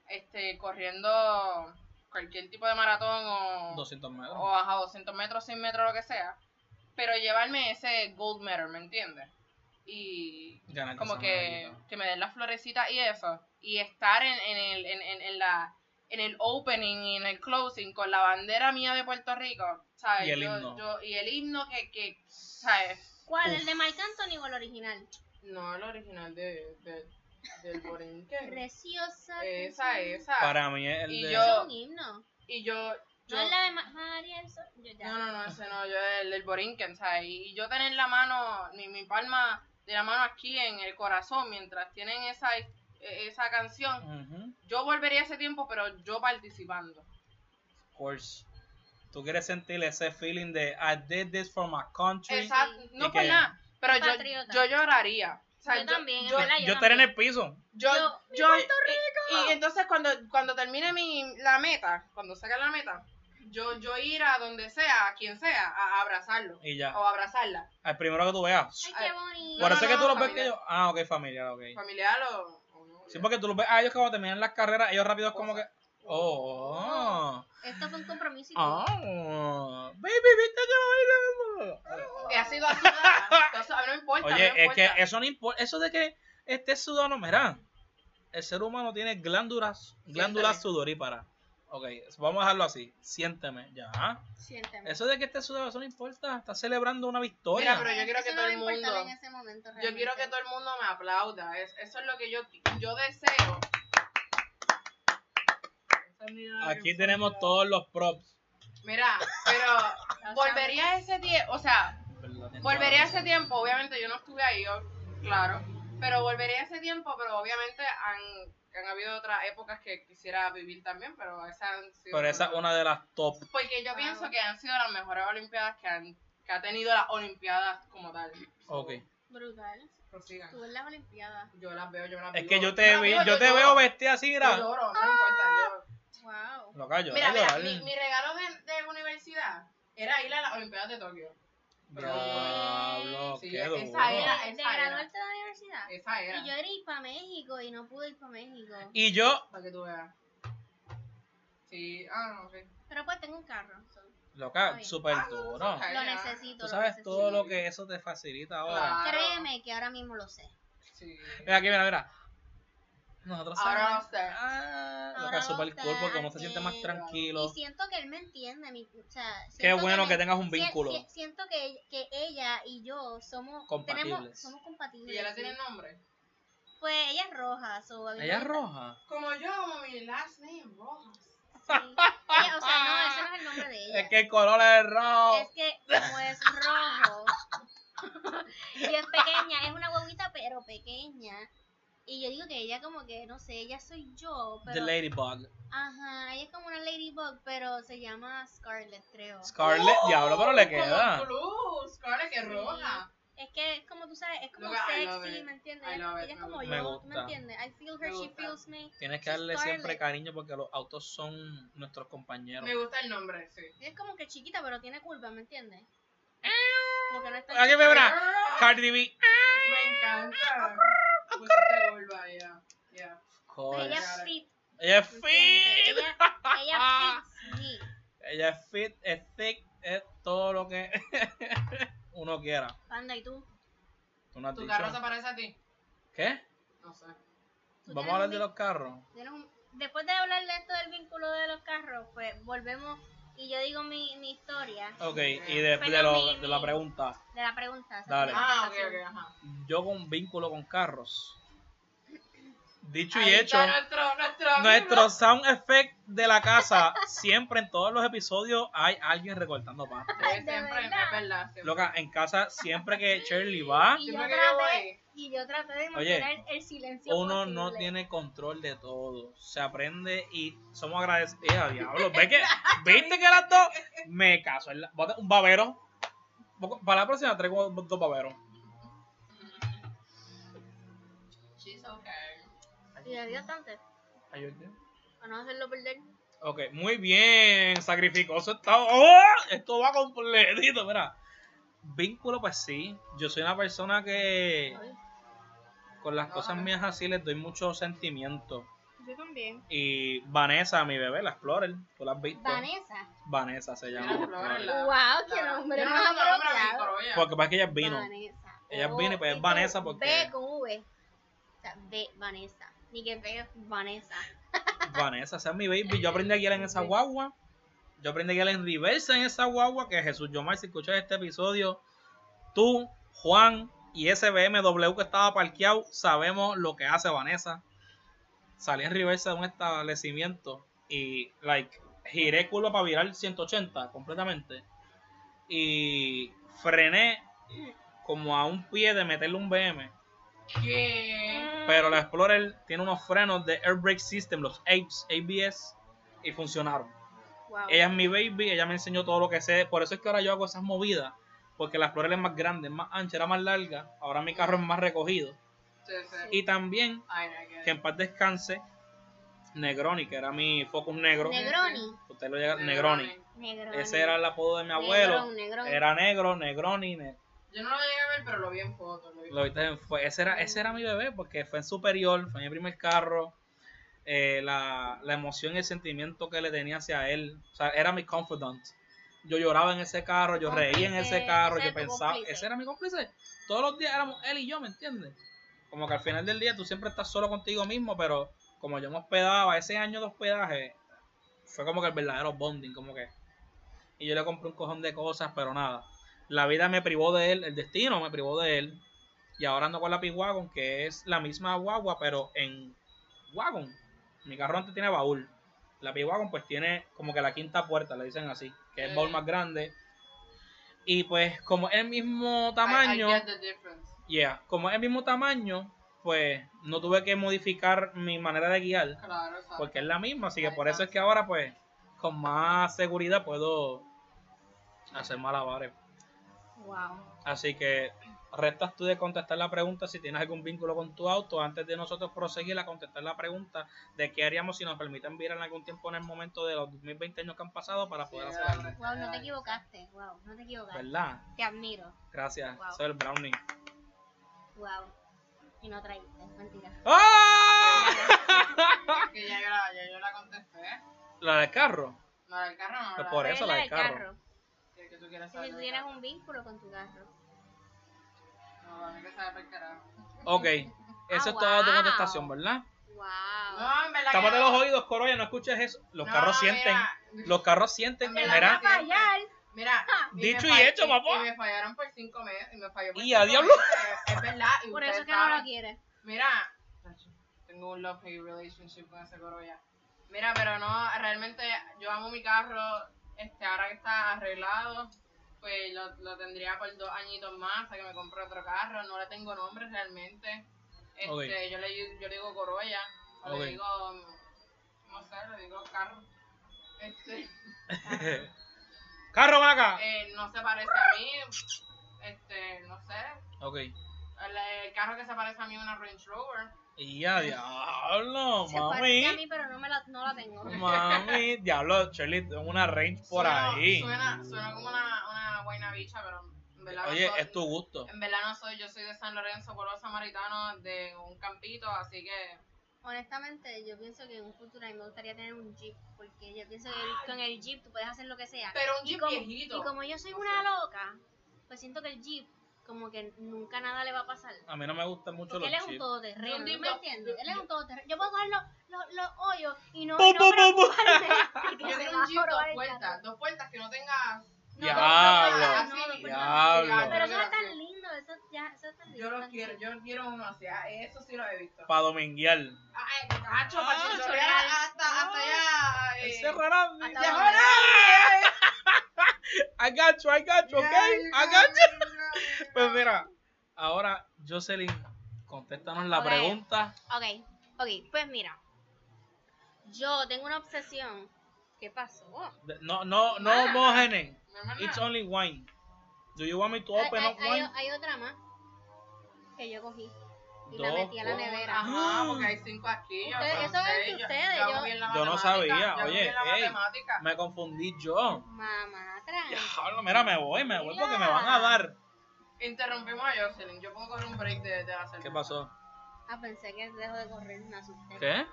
B: este, corriendo cualquier tipo de maratón o
A: 200 metros.
B: o ajá, 200 metros, 100 metros, lo que sea, pero llevarme ese gold medal, ¿me entiendes? Y
A: Ganarte
B: como
A: esa
B: que,
A: medallita.
B: que me den las florecitas y eso, y estar en, en el, en, en, en la, en el opening y en el closing con la bandera mía de Puerto Rico, ¿sabes?
A: Y el
B: Yo-
A: himno.
B: yo- y el himno que, que, ¿sabes?
C: ¿Cuál?
A: Uf.
C: ¿El de Marc Anthony o el original?
B: No, el original de, de-
C: <laughs>
B: del Borinque.
C: Preciosa.
B: esa, esa.
A: Para mí es el
B: Y
A: de-
C: Eso
B: yo-
C: Es un himno.
B: Y yo... yo
C: No es la de Ma- María el Sol. Yo ya.
B: No, no, no, ese no, yo el, el Borinquen, ¿sabes? Y y yo tener la mano, mi, mi palma de la mano aquí en el corazón mientras tienen esa, eh, esa canción,
A: Ujú.
B: yo volvería a ese tiempo, pero yo participando.
A: course. Tú quieres sentir ese feeling de I did this for my country.
B: Exacto, no
A: ¿Y
B: por
A: qué?
B: nada, pero yo,
C: Patriota.
B: yo lloraría. O sea,
C: Yo también,
A: Yo,
C: es
B: yo,
C: verdad, yo
A: yo estaré en
C: también.
A: el piso.
B: yo,
C: Yo, ¡mi
B: yo- eh,
C: Puerto
B: y, y entonces cuando, cuando termine mi, la meta, cuando saca la meta, yo, yo ir a donde sea, a quien sea, a, a abrazarlo
A: Y ya.
B: o abrazarla.
A: Al primero que tú veas.
C: Ay, qué
B: Ah,
C: bonito.
A: Por
B: no,
A: eso
B: no,
A: es que tú los ves que
B: familiar.
A: ellos. Ah, ok, familiar, ok.
B: Familiar o... o no,
A: Sí, porque tú los ves a ellos que cuando terminan las carreras, ellos rápido es como que. Oh.
C: Esto fue un compromiso. y
B: Ah.
C: todo.
A: Oh. Baby, viste que lo
B: que ha sido así. nada. Entonces, a mí no importa. a mí no
A: Oye, es que
B: importa.
A: eso no importa. Eso de que esté sudano, mira. El ser humano tiene glándulas, glándulas
B: Siénteme.
A: sudoríparas. Ok, vamos a dejarlo así. Siénteme, ya.
C: Siénteme.
A: Eso de que esté sudado, eso no importa. Está celebrando una victoria.
B: Mira, pero yo quiero
C: Eso
B: que
C: no
B: todo
C: me
B: el
C: importaba
B: mundo-
C: en ese momento,
B: Yo quiero
C: realmente.
B: que todo el mundo me aplauda. Es- eso es lo que yo, yo deseo.
A: Aquí tenemos todos los props.
B: Mira, pero volvería a ese tiempo. O sea, volvería a ese tiempo. Obviamente yo no estuve ahí, o- claro. Pero volvería a ese tiempo. Pero obviamente han, han habido otras épocas que quisiera vivir también. Pero esas han sido.
A: Pero esa es una de las top.
B: Porque yo pienso que han sido las mejores Olimpiadas que han que ha tenido las Olimpiadas como tal.
A: Ok.
C: Brutal.
B: Prosigan.
C: Tú en las Olimpiadas.
B: Yo las veo, yo las veo.
A: Es que yo te, vi, yo te veo vestida así,
B: Yo
A: mira.
B: lloro, no me importa,
C: Wow.
A: Loca,
B: yo.
A: yo.
B: Mira,
A: yo,
B: mira,
A: ¿vale?
B: mi, mi regalo de, de universidad era ir a las Olimpiadas de Tokio.
A: Diablo,
B: Sí,
A: qué
B: esa
A: duro.
B: era.
C: de graduarte de la universidad.
B: Esa era.
C: Y yo era ir para México y no pude ir para México.
A: Y yo,
B: Para que tú veas. Sí, ah, no, ok.
C: Pero pues tengo un carro. so,
A: Loca,
C: Ay.
B: Ah,
A: súper
B: no, no,
A: duro.
B: ok.
C: Lo
B: ya.
C: necesito.
A: Tú
C: lo
A: sabes
C: necesito.
A: todo lo que eso te facilita ahora.
B: Claro.
C: Créeme que ahora mismo lo sé.
B: Sí.
A: Mira aquí, mira, mira. Nosotros
B: Ahora
A: sabemos-
B: vamos a estar.
A: Ah,
C: Ahora
A: loca, súper
C: vamos a
A: cool porque uno
C: estar
A: se siente más
C: aquí.
A: tranquilo.
C: Y siento que él me entiende. Mi, o sea,
A: Qué
C: siento
A: bueno
C: me-
A: que tengas un
C: si-
A: vínculo.
C: si- siento que, que ella y yo somos
A: Compatibles.
C: tenemos- somos compatibles.
B: ¿Y ella
C: sí.
B: tiene nombre?
C: Pues ella es roja. so, a mí
A: Ella
C: me-
A: es roja.
B: Como yo, mami, last name Rojas.
C: sí. Ella- o sea, no, ese no es el nombre de
A: <laughs>
C: ella.
A: Es que el color es rojo.
C: Es que como es rojo <laughs> y es pequeña, es una huevita pero pequeña. Y yo digo que ella como que, no sé, ella soy yo,
A: The
C: pero...
A: Ladybug.
C: Ajá, ella es como una ladybug, pero se llama Scarlet, creo.
A: Scarlet,
B: Oh,
A: diablo, pero le
B: como
A: queda.
B: Cruz, claro que
C: Sí.
B: roja.
C: Es que es como, tú sabes, es como
B: Look, I love
C: sexy,
B: it.
C: ¿me entiendes?
B: I love it,
C: Ella es como
B: me
A: gusta. Me
C: yo, ¿me
A: gusta.
C: entiendes? I feel her,
B: Me
C: she
B: gusta.
C: feels me.
A: Tienes que
C: She's
A: darle siempre
C: Scarlet.
A: cariño porque los autos son nuestros compañeros.
B: Me gusta el nombre, sí.
C: Ella es como que chiquita, pero tiene culpa, ¿me entiendes? Porque no está
A: Aquí me verá.
B: Girl,
A: Cardi B.
B: Me encanta. Pusiste vulva, ya. ya.
A: Cool.
C: Pues Ella
B: Course.
C: fit,
A: Ella es
C: ¿me entiendes?
A: fit.
C: Ella, ella
B: <laughs>
C: fits me.
A: <laughs> Ella es fit, es thick, es todo lo que <laughs> uno quiera.
C: Panda, ¿y tú?
A: Tú no has
B: ¿Tu
A: dicho.
B: carro se parece a ti?
A: ¿Qué?
B: No sé.
C: Tú
A: Vamos
C: tienes
A: a hablar
C: un
A: de
C: vin-
A: los carros.
C: tienes un- Después de hablar de esto del vínculo de los carros, pues volvemos y yo digo mi, mi historia
A: Ok, y de, de,
C: Pero
A: lo-
C: mi-
A: de la
C: mi-
A: pregunta.
C: de la pregunta. o sea,
A: Dale.
C: de la
B: Ah, ok,
C: situación.
B: ok, ajá.
A: Yo con vínculo con carros. Dicho y
B: Ahí
A: hecho,
B: está Nuestro, nuestro, amigo.
A: nuestro sound effect de la casa, siempre en todos los episodios hay alguien recortando pasta.
B: Sí,
C: De
B: siempre,
C: verdad.
B: es verdad. siempre.
A: Loca, en casa, siempre que Shirley va,
C: Y yo,
B: Siempre Ah, que yo
C: traté,
B: voy.
C: y yo traté de
A: Oye,
C: mantener el silencio.
A: uno no
C: posible.
A: tiene control de todo. Se aprende y somos agradecidos. ¡Ea, diablo! ¿Ve que, ¿Viste que las dos? Me caso. en la- bota- Un babero. Para la próxima traigo dos baberos.
B: She's okay.
C: Y le dio tanto.
A: Ayúdame.
C: Para no hacerlo perder.
A: Ok, muy bien, sacrificoso está. ¡Oh! Esto va completito, mira. Vínculo, pues sí. Yo soy una persona que
C: Ay,
A: con las cosas mías así les doy mucho sentimiento.
C: Yo también.
A: Y Vanessa, mi bebé, la Explorer, tú la has visto.
C: Vanessa.
A: Vanessa se llama.
B: La
A: la
B: Explorer,
A: Explorer.
B: La-
C: wow, qué
B: Yo no
C: nombre
B: sé
C: más
B: su nombre,
C: apropiado.
B: pero ya.
A: Porque pasa que ella es vino.
C: Vanessa.
A: Ella es vino, pero es
C: y tú,
A: Vanessa porque-
C: B con V. O sea, B, Vanessa. Ni que B, Vanessa.
A: Vanessa, esa es mi baby. Yo aprendí a guiar en esa
C: Sí.
A: guagua. Yo aprendí a guiar en reversa en esa guagua. Que Jesús Yomar, si escuchas este episodio, tú, Juan y ese BMW que estaba parqueado, sabemos lo que hace Vanessa. Salí en reversa de un establecimiento y, like, giré culo para virar 180 completamente. Y frené como a un pie de meterle un BM.
B: ¿Qué?
A: Pero la Explorer tiene unos frenos de Air Brake System, los APES, ABS, y funcionaron.
C: Wow.
A: Ella es mi baby, ella me enseñó todo lo que sé. Por eso es que ahora yo hago esas movidas. Porque la Explorer es más grande, es más ancha, era más larga. Ahora mi carro es más recogido.
B: Sí, sí.
A: Y también,
B: Ay, no, que-
A: que en paz descanse, Negroni, que era mi Focus negro.
C: Negroni.
A: Usted lo llega, Negroni.
C: Negroni.
A: Ese era el apodo de mi abuelo.
C: Negrón, negrón.
A: Era negro, Negroni. ne-
B: Yo no lo llegué a ver, pero lo vi en foto. Lo vi.
A: Lo viste en- fue, ese, era, ese era mi bebé, porque fue en superior, fue mi primer carro. Eh, la, la emoción y el sentimiento que le tenía hacia él, o sea, era mi confidant. Yo lloraba en ese carro, yo reía en
C: Cómplice,
A: ese carro,
C: ese
A: yo
C: es tu
A: pensaba,
C: cómplice.
A: ese era mi cómplice. Todos los días éramos él y yo, ¿me entiendes? Como que al final del día tú siempre estás solo contigo mismo, pero como yo me hospedaba, ese año de hospedaje fue como que el verdadero bonding, como que. Y yo le compré un cojón de cosas, pero nada. La vida me privó de él, el destino me privó de él. Y ahora ando con la P-Wagon, que es la misma guagua, pero en wagon. Mi carro antes tiene baúl. La P-Wagon pues tiene como que la quinta puerta, le dicen así, que es el baúl más grande. Y pues como es el mismo tamaño...
B: I, I get the difference.
A: Yeah, como es el mismo tamaño, pues no tuve que modificar mi manera de guiar,
B: Claro, exacto.
A: porque es la misma, así que por eso es que ahora pues con más seguridad puedo hacer malabares.
C: Wow.
A: Así que restas tú de contestar la pregunta si tienes algún vínculo con tu auto antes de nosotros proseguir a contestar la pregunta de qué haríamos si nos permiten vivir en algún tiempo en el momento de los 2020 años que han pasado para poder
B: Sí,
A: hacer
B: era-
A: algo.
C: Wow, no
B: era-
C: te equivocaste. Wow, no te equivocaste.
A: ¿Verdad?
C: Te admiro.
A: Gracias.
C: Wow.
A: Soy el brownie.
C: Wow. Y no traíste, mentira.
A: ¡Ah! <laughs>
B: Que ya, yo la- ya yo la contesté.
A: la del carro.
B: No, el carro no.
A: Pues
B: la-
A: por e- eso la del
C: del carro.
A: carro.
B: Que, que tú quieras
C: Si
B: saber.
C: tú
B: del
C: tienes
B: carro.
C: un vínculo con tu carro.
B: No, para mí que sabe para el carajo.
A: Ok, eso
C: Ah,
A: es todo de tu
C: wow.
A: contestación, ¿verdad?
C: Wow.
B: No, en verdad. que
A: Tápate
B: no.
A: los oídos, Corolla, no escuches eso. Los
B: No,
A: carros sienten.
B: mira.
A: Los carros sienten.
B: Me la
A: Mira,
B: mata.
C: <laughs>
B: Mira, me
A: Dicho y
B: fall-
A: hecho, papá.
B: Y me fallaron por cinco meses. Y me falló por
A: Y
B: cinco
A: a diablo.
B: meses, Es verdad. Y
C: Por
B: ustedes
C: eso es que no lo
B: saben.
C: quieres.
B: Mira, tacho, tengo un love hate relationship con ese corolla. Mira, pero no, realmente yo amo mi carro. Este, ahora que está arreglado, pues lo, lo tendría por dos añitos más hasta que me compre otro carro. No le tengo nombre realmente. Este,
A: Ok.
B: yo, le, yo le digo corolla. O
A: Ok.
B: le digo, no sé, le digo carro. Este,
A: ¡Carro, ven acá!
B: eh, no se parece a mí. Este, no sé.
A: Ok.
B: El, el carro que se parece a mí es una Range Rover.
A: Y a diablo,
C: Se parece a
A: mami.
C: mí, pero no, me la, no la tengo.
B: <laughs>
A: Mami, diablo, Shirley, tengo una range por
B: Suena-
A: ahí.
B: Suena, suena como una, una buena bicha, pero en verdad
A: Oye,
B: no soy.
A: es tu gusto.
B: En verdad no soy, yo soy de San Lorenzo, pueblo samaritano, de un campito, así que...
C: Honestamente, yo pienso que en un futuro a mí me gustaría tener un Jeep. Porque yo pienso que el- con el Jeep tú puedes hacer lo que sea.
B: Pero un
C: y
B: jeep
C: como,
B: viejito.
C: y como yo soy
B: No
C: una
B: sé.
C: loca, pues siento que el Jeep, como que nunca nada le va a pasar.
A: A mí no me gustan mucho
C: Porque
A: los
C: él es un
A: chips.
C: todoterreno,
B: Yo
C: ¿no me
B: entiendo-
C: entiendes?
B: yo-
C: Él es
B: yo-
C: un todoterreno. Yo puedo coger los, los, los hoyos y no,
A: Pum,
C: y
A: pum, pum,
C: no
A: pum. <laughs>
C: preocuparme <laughs> de
B: Yo
C: que se
B: quiero
C: va
B: un
C: a
B: jeep
C: jorobar el
B: dos
C: carro.
B: puertas, dos puertas que no tenga...
C: No,
A: Diablo.
C: no, no, no, no,
A: Diablo.
C: Pero eso
B: yo
C: es tan lindo, eso ya, eso es tan lindo.
B: Yo los quiero, yo quiero uno así, ah, eso sí lo he visto.
A: Para dominguear.
B: Ay, cacho,
A: Ah,
B: para
C: chorrear.
B: hasta, hasta allá.
A: Él
B: eh,
A: cerrará.
C: Hasta
B: Ah. ¡Ya
C: abajo.
B: joder!
A: I got you, I got you, ok? I got you. Pues mira, ahora, Jocelyn, contéstanos la
C: Ok.
A: pregunta.
C: Ok, ok, pues mira. Yo tengo una obsesión. ¿Qué pasó?
A: De- No, no, no
B: Ah.
A: homogenen.
B: Mi hermana,
A: It's only wine. Do you want me to
C: Hay,
A: open
C: hay-
A: up
C: hay-
A: one?
C: hay otra más que yo cogí y la
A: Dos,
C: metí a la
A: wow.
C: nevera.
B: Ajá, porque hay cinco aquí. yo
C: Ustedes-
B: no
C: eso
B: sé,
C: es de
B: yo-
C: ustedes,
B: yo hago
C: yo-
B: bien la
A: Yo no
B: matemática,
A: sabía,
B: yo hago
A: oye,
B: bien la
A: ey.
B: matemática.
A: Me confundí yo.
C: Mamá, tranquila.
A: Diablo, mira, me voy, me voy porque me van a dar.
B: Interrumpimos a Jocelyn. Yo puedo coger un break de, de la cerveza.
A: ¿Qué pasó?
C: Ah, pensé que dejo de correr, me asusté.
A: ¿Qué?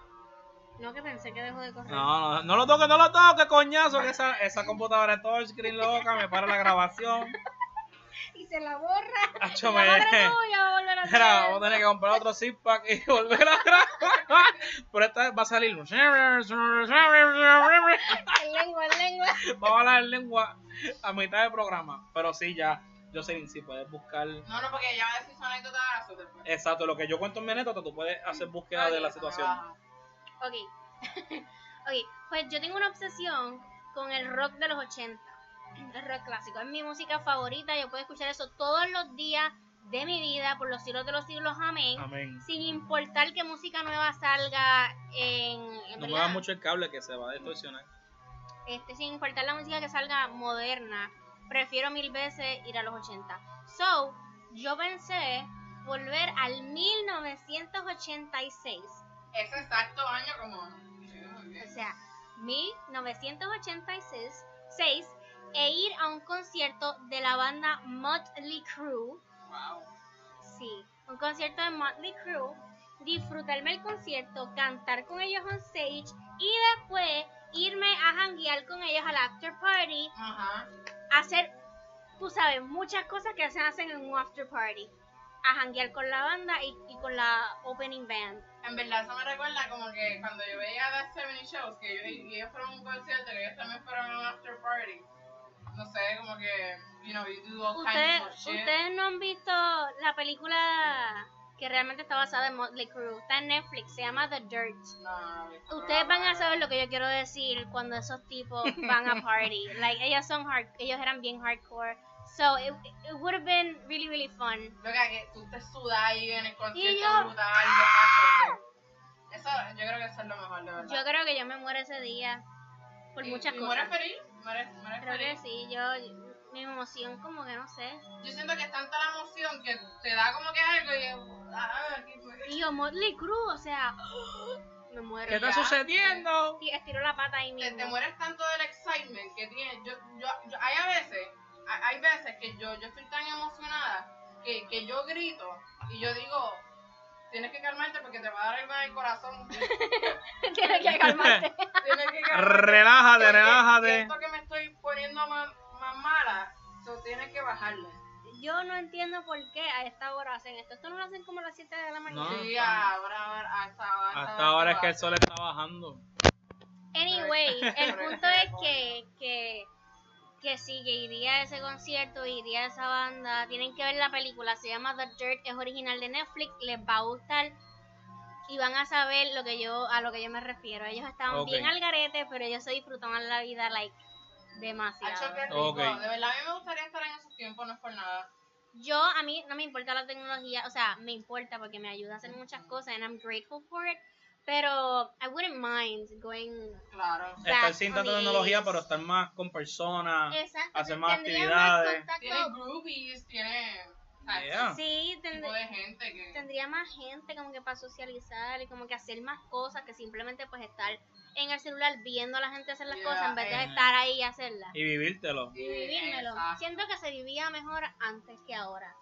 C: No, que pensé que dejo de correr.
A: No, no, no lo toques, no lo toques, coñazo, que esa, esa computadora es touchscreen loca, me para la
B: <laughs>
A: grabación.
C: <laughs> Y se la borra.
A: Acho,
C: la
A: me...
C: madre tuya, volver a
A: <laughs> Mira,
C: hacer.
A: vamos a tener que comprar otro six pack y <laughs> volver a grabar. Pero esta vez va a salir. un Vamos
C: En lengua, en lengua.
A: <laughs> a hablar en lengua a mitad del programa. Pero sí, ya, Jocelyn, si puedes buscar.
B: No, no, porque ella va a decir su anécdota ahora su después.
A: Exacto, lo que yo cuento en mi anécdota, tú puedes hacer búsqueda
B: Ay,
A: de la
B: eso me
A: situación.
B: baja.
C: Ok. <laughs> ok, pues yo tengo una obsesión con el rock de los 80. El rock clásico. Es mi música favorita. Yo puedo escuchar eso todos los días de mi vida, por los siglos de los siglos. Amén.
A: Amén.
C: Sin importar qué música nueva salga en. en
A: No
C: verdad,
A: muevas mucho el cable que se va a distorsionar.
C: Este, sin importar la música que salga moderna, prefiero mil veces ir a los 80. So, yo pensé volver al 1986.
B: Ese exacto año como... Sí, muy
C: o
B: bien.
C: sea, 1986, seis, e ir a un concierto de la banda Motley Crue.
B: Wow.
C: Sí, un concierto de Motley Crue. Disfrutarme el concierto, cantar con ellos on stage y después irme a janguear con ellos al after party,
B: Ajá.
C: hacer, tú sabes, muchas cosas que se hacen en un after party. A janguear con la banda y, y con la opening band.
B: En verdad, eso me recuerda como que cuando yo veía las 70 Shows, que ellos, y ellos fueron a un concierto, que ellos también fueron a un after party. No sé, como que, you know, you do all kinds of
C: Ustedes,
B: shit.
C: ustedes no han visto la película que realmente está basada en Motley Crue. Está en Netflix, se llama The Dirt.
B: No, no, no, no,
C: Ustedes
B: no,
C: van a
B: no.
C: saber lo que yo quiero decir cuando esos tipos van a party. like, ellos son hard, ellos eran bien hardcore. So, it, it would have been really, really fun.
B: Loca, que tú te sudas ahí en el concierto
C: yo- ¡ah!
B: brutal. yo, macho, que- Eso, yo creo que eso es lo mejor, de verdad.
C: Yo creo que yo me muero ese día por
B: Y-
C: muchas
B: y
C: cosas.
B: ¿Mueres feliz? ¿Mueres, mueres
C: Creo que
B: feliz?
C: sí, yo, mi emoción como que no sé.
B: Yo siento que es tanta la emoción que te da como que algo y... es, Ah, aquí,
C: Y yo, Motley Crue, o sea, <gasps> me muero.
A: ¿Qué está
B: ya.
A: sucediendo?
C: Y Estiro la pata ahí
B: te,
C: mismo.
B: te
C: <laughs>
B: mueres tanto del excitement que tienes. Yo, yo, yo- hay a veces, hay- hay veces que yo, yo estoy tan emocionada que, que yo grito y yo digo, tienes que calmarte porque te va a dar algo en el corazón. <laughs>
C: Tienes que calmarte.
B: tienes que calmarte.
A: <laughs>
B: Yo-
A: Relájate,
B: yo
A: relájate.
B: Siento que me estoy poniendo más, más mala. So, tienes que bajarle.
C: Yo no entiendo por qué a esta hora hacen esto. Esto no lo hacen como a las 7 de la mañana.
A: No.
B: sí,
A: Ah, está bien.
B: ahora, ahora, hasta ahora.
A: Hasta ahora es que el sol está bajando. <laughs>
C: Anyway, el
B: Pero-
C: punto es que, que, que sí, que iría a ese concierto, iría a esa banda. Tienen que ver la película, se llama The Dirt, es original de Netflix, les va a gustar y van a saber lo que yo a lo que yo me refiero. Ellos estaban
A: Ok.
C: bien al garete, pero ellos se disfrutaban la vida like
B: Hacho, qué
C: demasiado.
B: rico.
A: Ok.
B: De verdad, a mí me gustaría estar en esos tiempos, no es por nada.
C: Yo a mí no me importa la tecnología, o sea, me importa porque me ayuda a hacer muchas cosas and I'm grateful for it, pero I wouldn't mind going
B: Claro.
C: Back
A: Estar sin
C: on
A: tanta
C: the
A: tecnología,
C: days.
A: pero estar más con personas.
C: Exacto,
A: Ah, hacer
C: te-
A: más
C: tendría
A: actividades.
C: Más
B: Tiene
C: contacto.
B: groupies, tiene. ah,
A: Yeah.
C: Sí,
B: ese tipo
C: tendría,
B: de gente que.
C: tendría más gente como que para socializar y como que hacer más cosas que simplemente pues estar en el celular viendo a la gente hacer las
B: Yeah,
C: cosas en vez de
A: eh.
C: estar ahí y hacerlas.
A: Y vivírtelo.
C: Y vivírmelo.
B: Exacto.
C: Siento que se vivía mejor antes que ahora.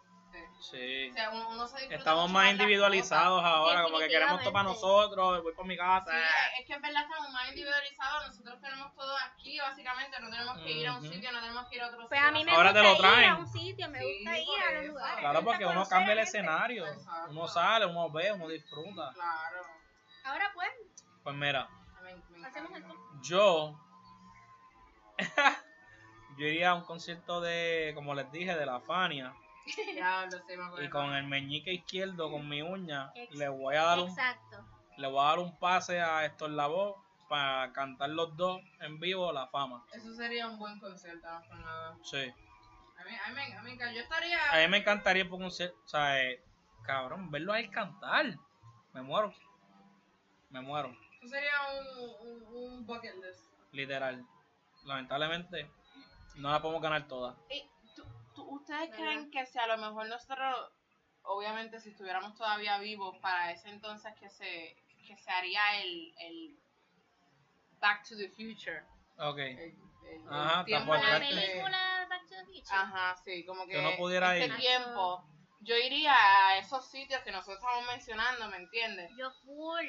A: Sí.
B: O sea, uno, uno se disfruta
A: Estamos
B: mucho
A: más
B: las
A: individualizados ahora, como que queremos esto para
C: Definitivamente.
A: nosotros, voy para mi casa.
B: Sí,
A: Ah.
B: es que en verdad estamos más individualizados. Nosotros tenemos todo aquí, básicamente. No tenemos que ir a un
A: Ujú.
B: sitio, no tenemos que ir a otro
C: Pues
B: sitio.
C: a mí me
A: Ahora te
C: gusta
A: lo
C: ir
A: traen.
C: a un sitio, me
B: Sí,
C: gusta ir
B: por
C: a los
B: eso.
C: lugares.
A: Claro,
C: me
A: porque
C: gusta
A: uno
C: conocer
A: cambia
C: a
A: el
C: gente.
A: escenario,
B: Exacto.
A: uno sale, uno ve, uno disfruta.
B: Claro.
C: Ahora pues,
A: Pues mira,
B: Me- me
C: hacemos
B: encanta.
C: esto.
A: yo, <laughs> yo iría a un concierto de, como les dije, de la Fania,
B: Diablo, sí, me acuerdo.
A: y con el meñique izquierdo, con mi uña,
C: Ex-
A: le voy a dar un,
C: Exacto.
A: le voy a dar un pase a Héctor Lavoe para cantar los dos en vivo la fama.
B: Eso sería un buen concierto, no por nada.
A: Sí.
B: A mí, a mí, me- a mí me encanta. Yo estaría.
A: A mí me encantaría por un concierto, o sea, eh, cabrón, verlo a él cantar. Me muero. Me muero.
B: Eso sería un, un, un bucket list.
A: literal. Lamentablemente, no la podemos ganar todas.
B: Ey, Eh, ¿tú- tú- ¿Ustedes
C: ¿Verdad?
B: creen que si a lo mejor nosotros, obviamente si estuviéramos todavía vivos para ese entonces que se, que se haría el, el Back to the Future?
A: Ok.
B: El, el-
A: Ajá,
B: el tiempo
A: Pues, tampoco
C: la
A: claro.
C: película Back to the Future.
B: Ajá, sí, como que,
A: Que uno pudiera
B: este
A: ir.
B: tiempo. Yo iría a esos sitios que nosotros estamos mencionando, ¿me entiendes?
C: Yo full.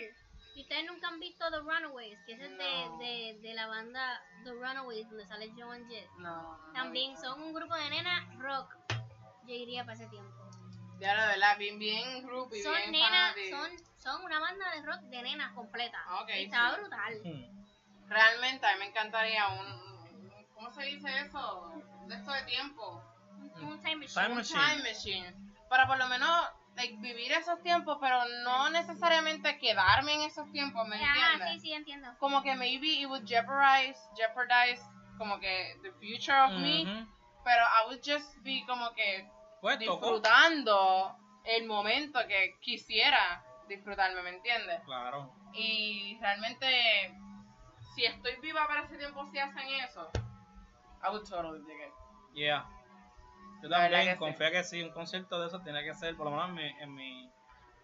C: Y ustedes nunca han visto The Runaways, que ese es
B: No.
C: de, de, de la banda The Runaways, donde sale Joan Jett.
B: No. no,
C: También
B: no.
C: son un grupo de nenas rock. Yo iría para ese tiempo.
B: Ya la verdad, bien, bien groupie,
C: Son
B: bien
C: nenas,
B: fanatic.
C: son, son una banda de rock de nenas completa.
B: Ah, ok,
C: Y estaba
B: sí.
C: brutal.
A: Hmm.
B: Realmente a mí me encantaría un, un- ¿cómo se dice eso? De esto de tiempo. Mm.
C: Un time machine.
A: Time
B: Un
A: machine.
B: time machine. Para por lo menos like, vivir esos tiempos, pero no necesariamente quedarme en esos tiempos, ¿me entiendes?
C: Ajá, Ah, sí, sí, entiendo.
B: Como que maybe it would jeopardize, jeopardize como que the future of me,
A: Ujú.
B: pero I would just be como que
A: Pues tocó.
B: disfrutando el momento que quisiera disfrutarme, ¿me entiendes?
A: Claro.
B: Y realmente, si estoy viva para ese tiempo, si hacen eso, I would totally dig it.
A: Yeah. Yo
B: La verdad
A: también
B: que sí.
A: confía que sí, un concierto de eso tiene que ser, por lo menos en mi, en mi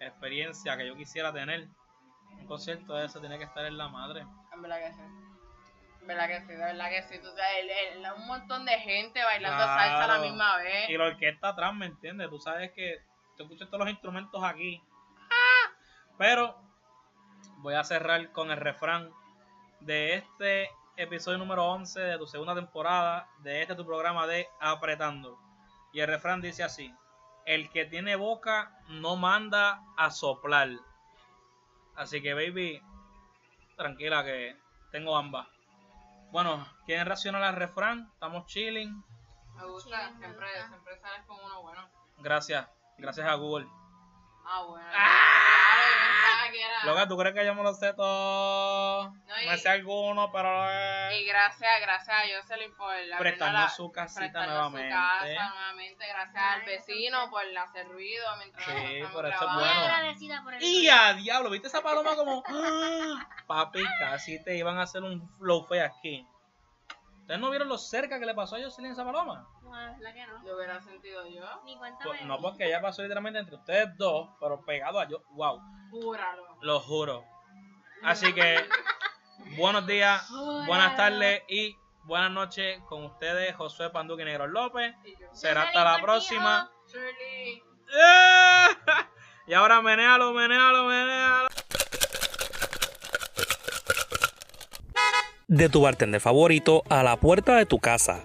A: experiencia que yo quisiera tener, un concierto de eso tiene que estar en la madre.
B: En verdad que sí. En verdad que sí, de verdad que sí. Tú sabes, el- el- un montón de gente bailando
A: Claro.
B: salsa a la misma vez.
A: Y la orquesta atrás, ¿me entiendes? Tú sabes que tú escuchas todos los instrumentos aquí. Pero voy a cerrar con el refrán de este episodio número 11 de tu segunda temporada, de este tu programa de Apretando. Y el refrán dice así, el que tiene boca no manda a soplar. Así que baby, tranquila que tengo ambas. Bueno, ¿quieren reaccionar al refrán? Estamos chilling.
B: Me
C: Sí,
B: gusta,
C: me
B: siempre,
C: gusta.
B: siempre sales con uno bueno.
A: Gracias, gracias a Google.
B: Ah, bueno. Claro, yo pensaba que era-
A: Loca, ¿tú crees que yo me lo sé todo?
B: No, y-
A: Me sé alguno, pero... eh.
B: Y gracias, gracias a Jocelyn por abrirnos
A: Prestarnos
B: la-
A: su casita
B: prestarnos su
A: nuevamente.
B: casa nuevamente. Gracias al
C: Ay,
B: vecino por hacer ruido mientras
A: Sí,
B: nosotros
A: por eso es
C: Muy
B: grabando.
A: bueno.
C: agradecida por el
A: Y a diablo, ¿viste esa paloma como... <gasps> "Ah, Papi, casi te iban a hacer un flow fe aquí. ¿Ustedes no vieron lo cerca que le pasó a Jocelyn esa paloma?
C: No, la verdad que no.
B: ¿Lo hubiera sentido yo?
C: Ni cuéntame.
B: eh.
A: Pues, no, porque ella pasó literalmente entre ustedes dos, pero pegado a yo. ¡Wow!
B: Júralo.
A: Lo juro. Así
B: <laughs>
A: que, buenos días, buenas tardes y buenas noches con ustedes, Josué Panduque Negro López.
B: Y yo,
A: Será hasta la próxima.
B: Shirley.
A: ¡Eh! <laughs> Y ahora menéalo, menéalo, menéalo.
D: de tu bartender favorito a la puerta de tu casa.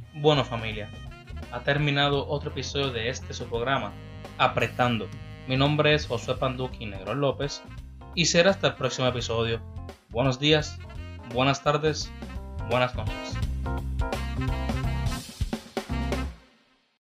A: Bueno familia, ha terminado otro episodio de este su programa, Apretando. Mi nombre es Josué Panduqui Negro López y será hasta el próximo episodio. Buenos días, buenas tardes, buenas noches.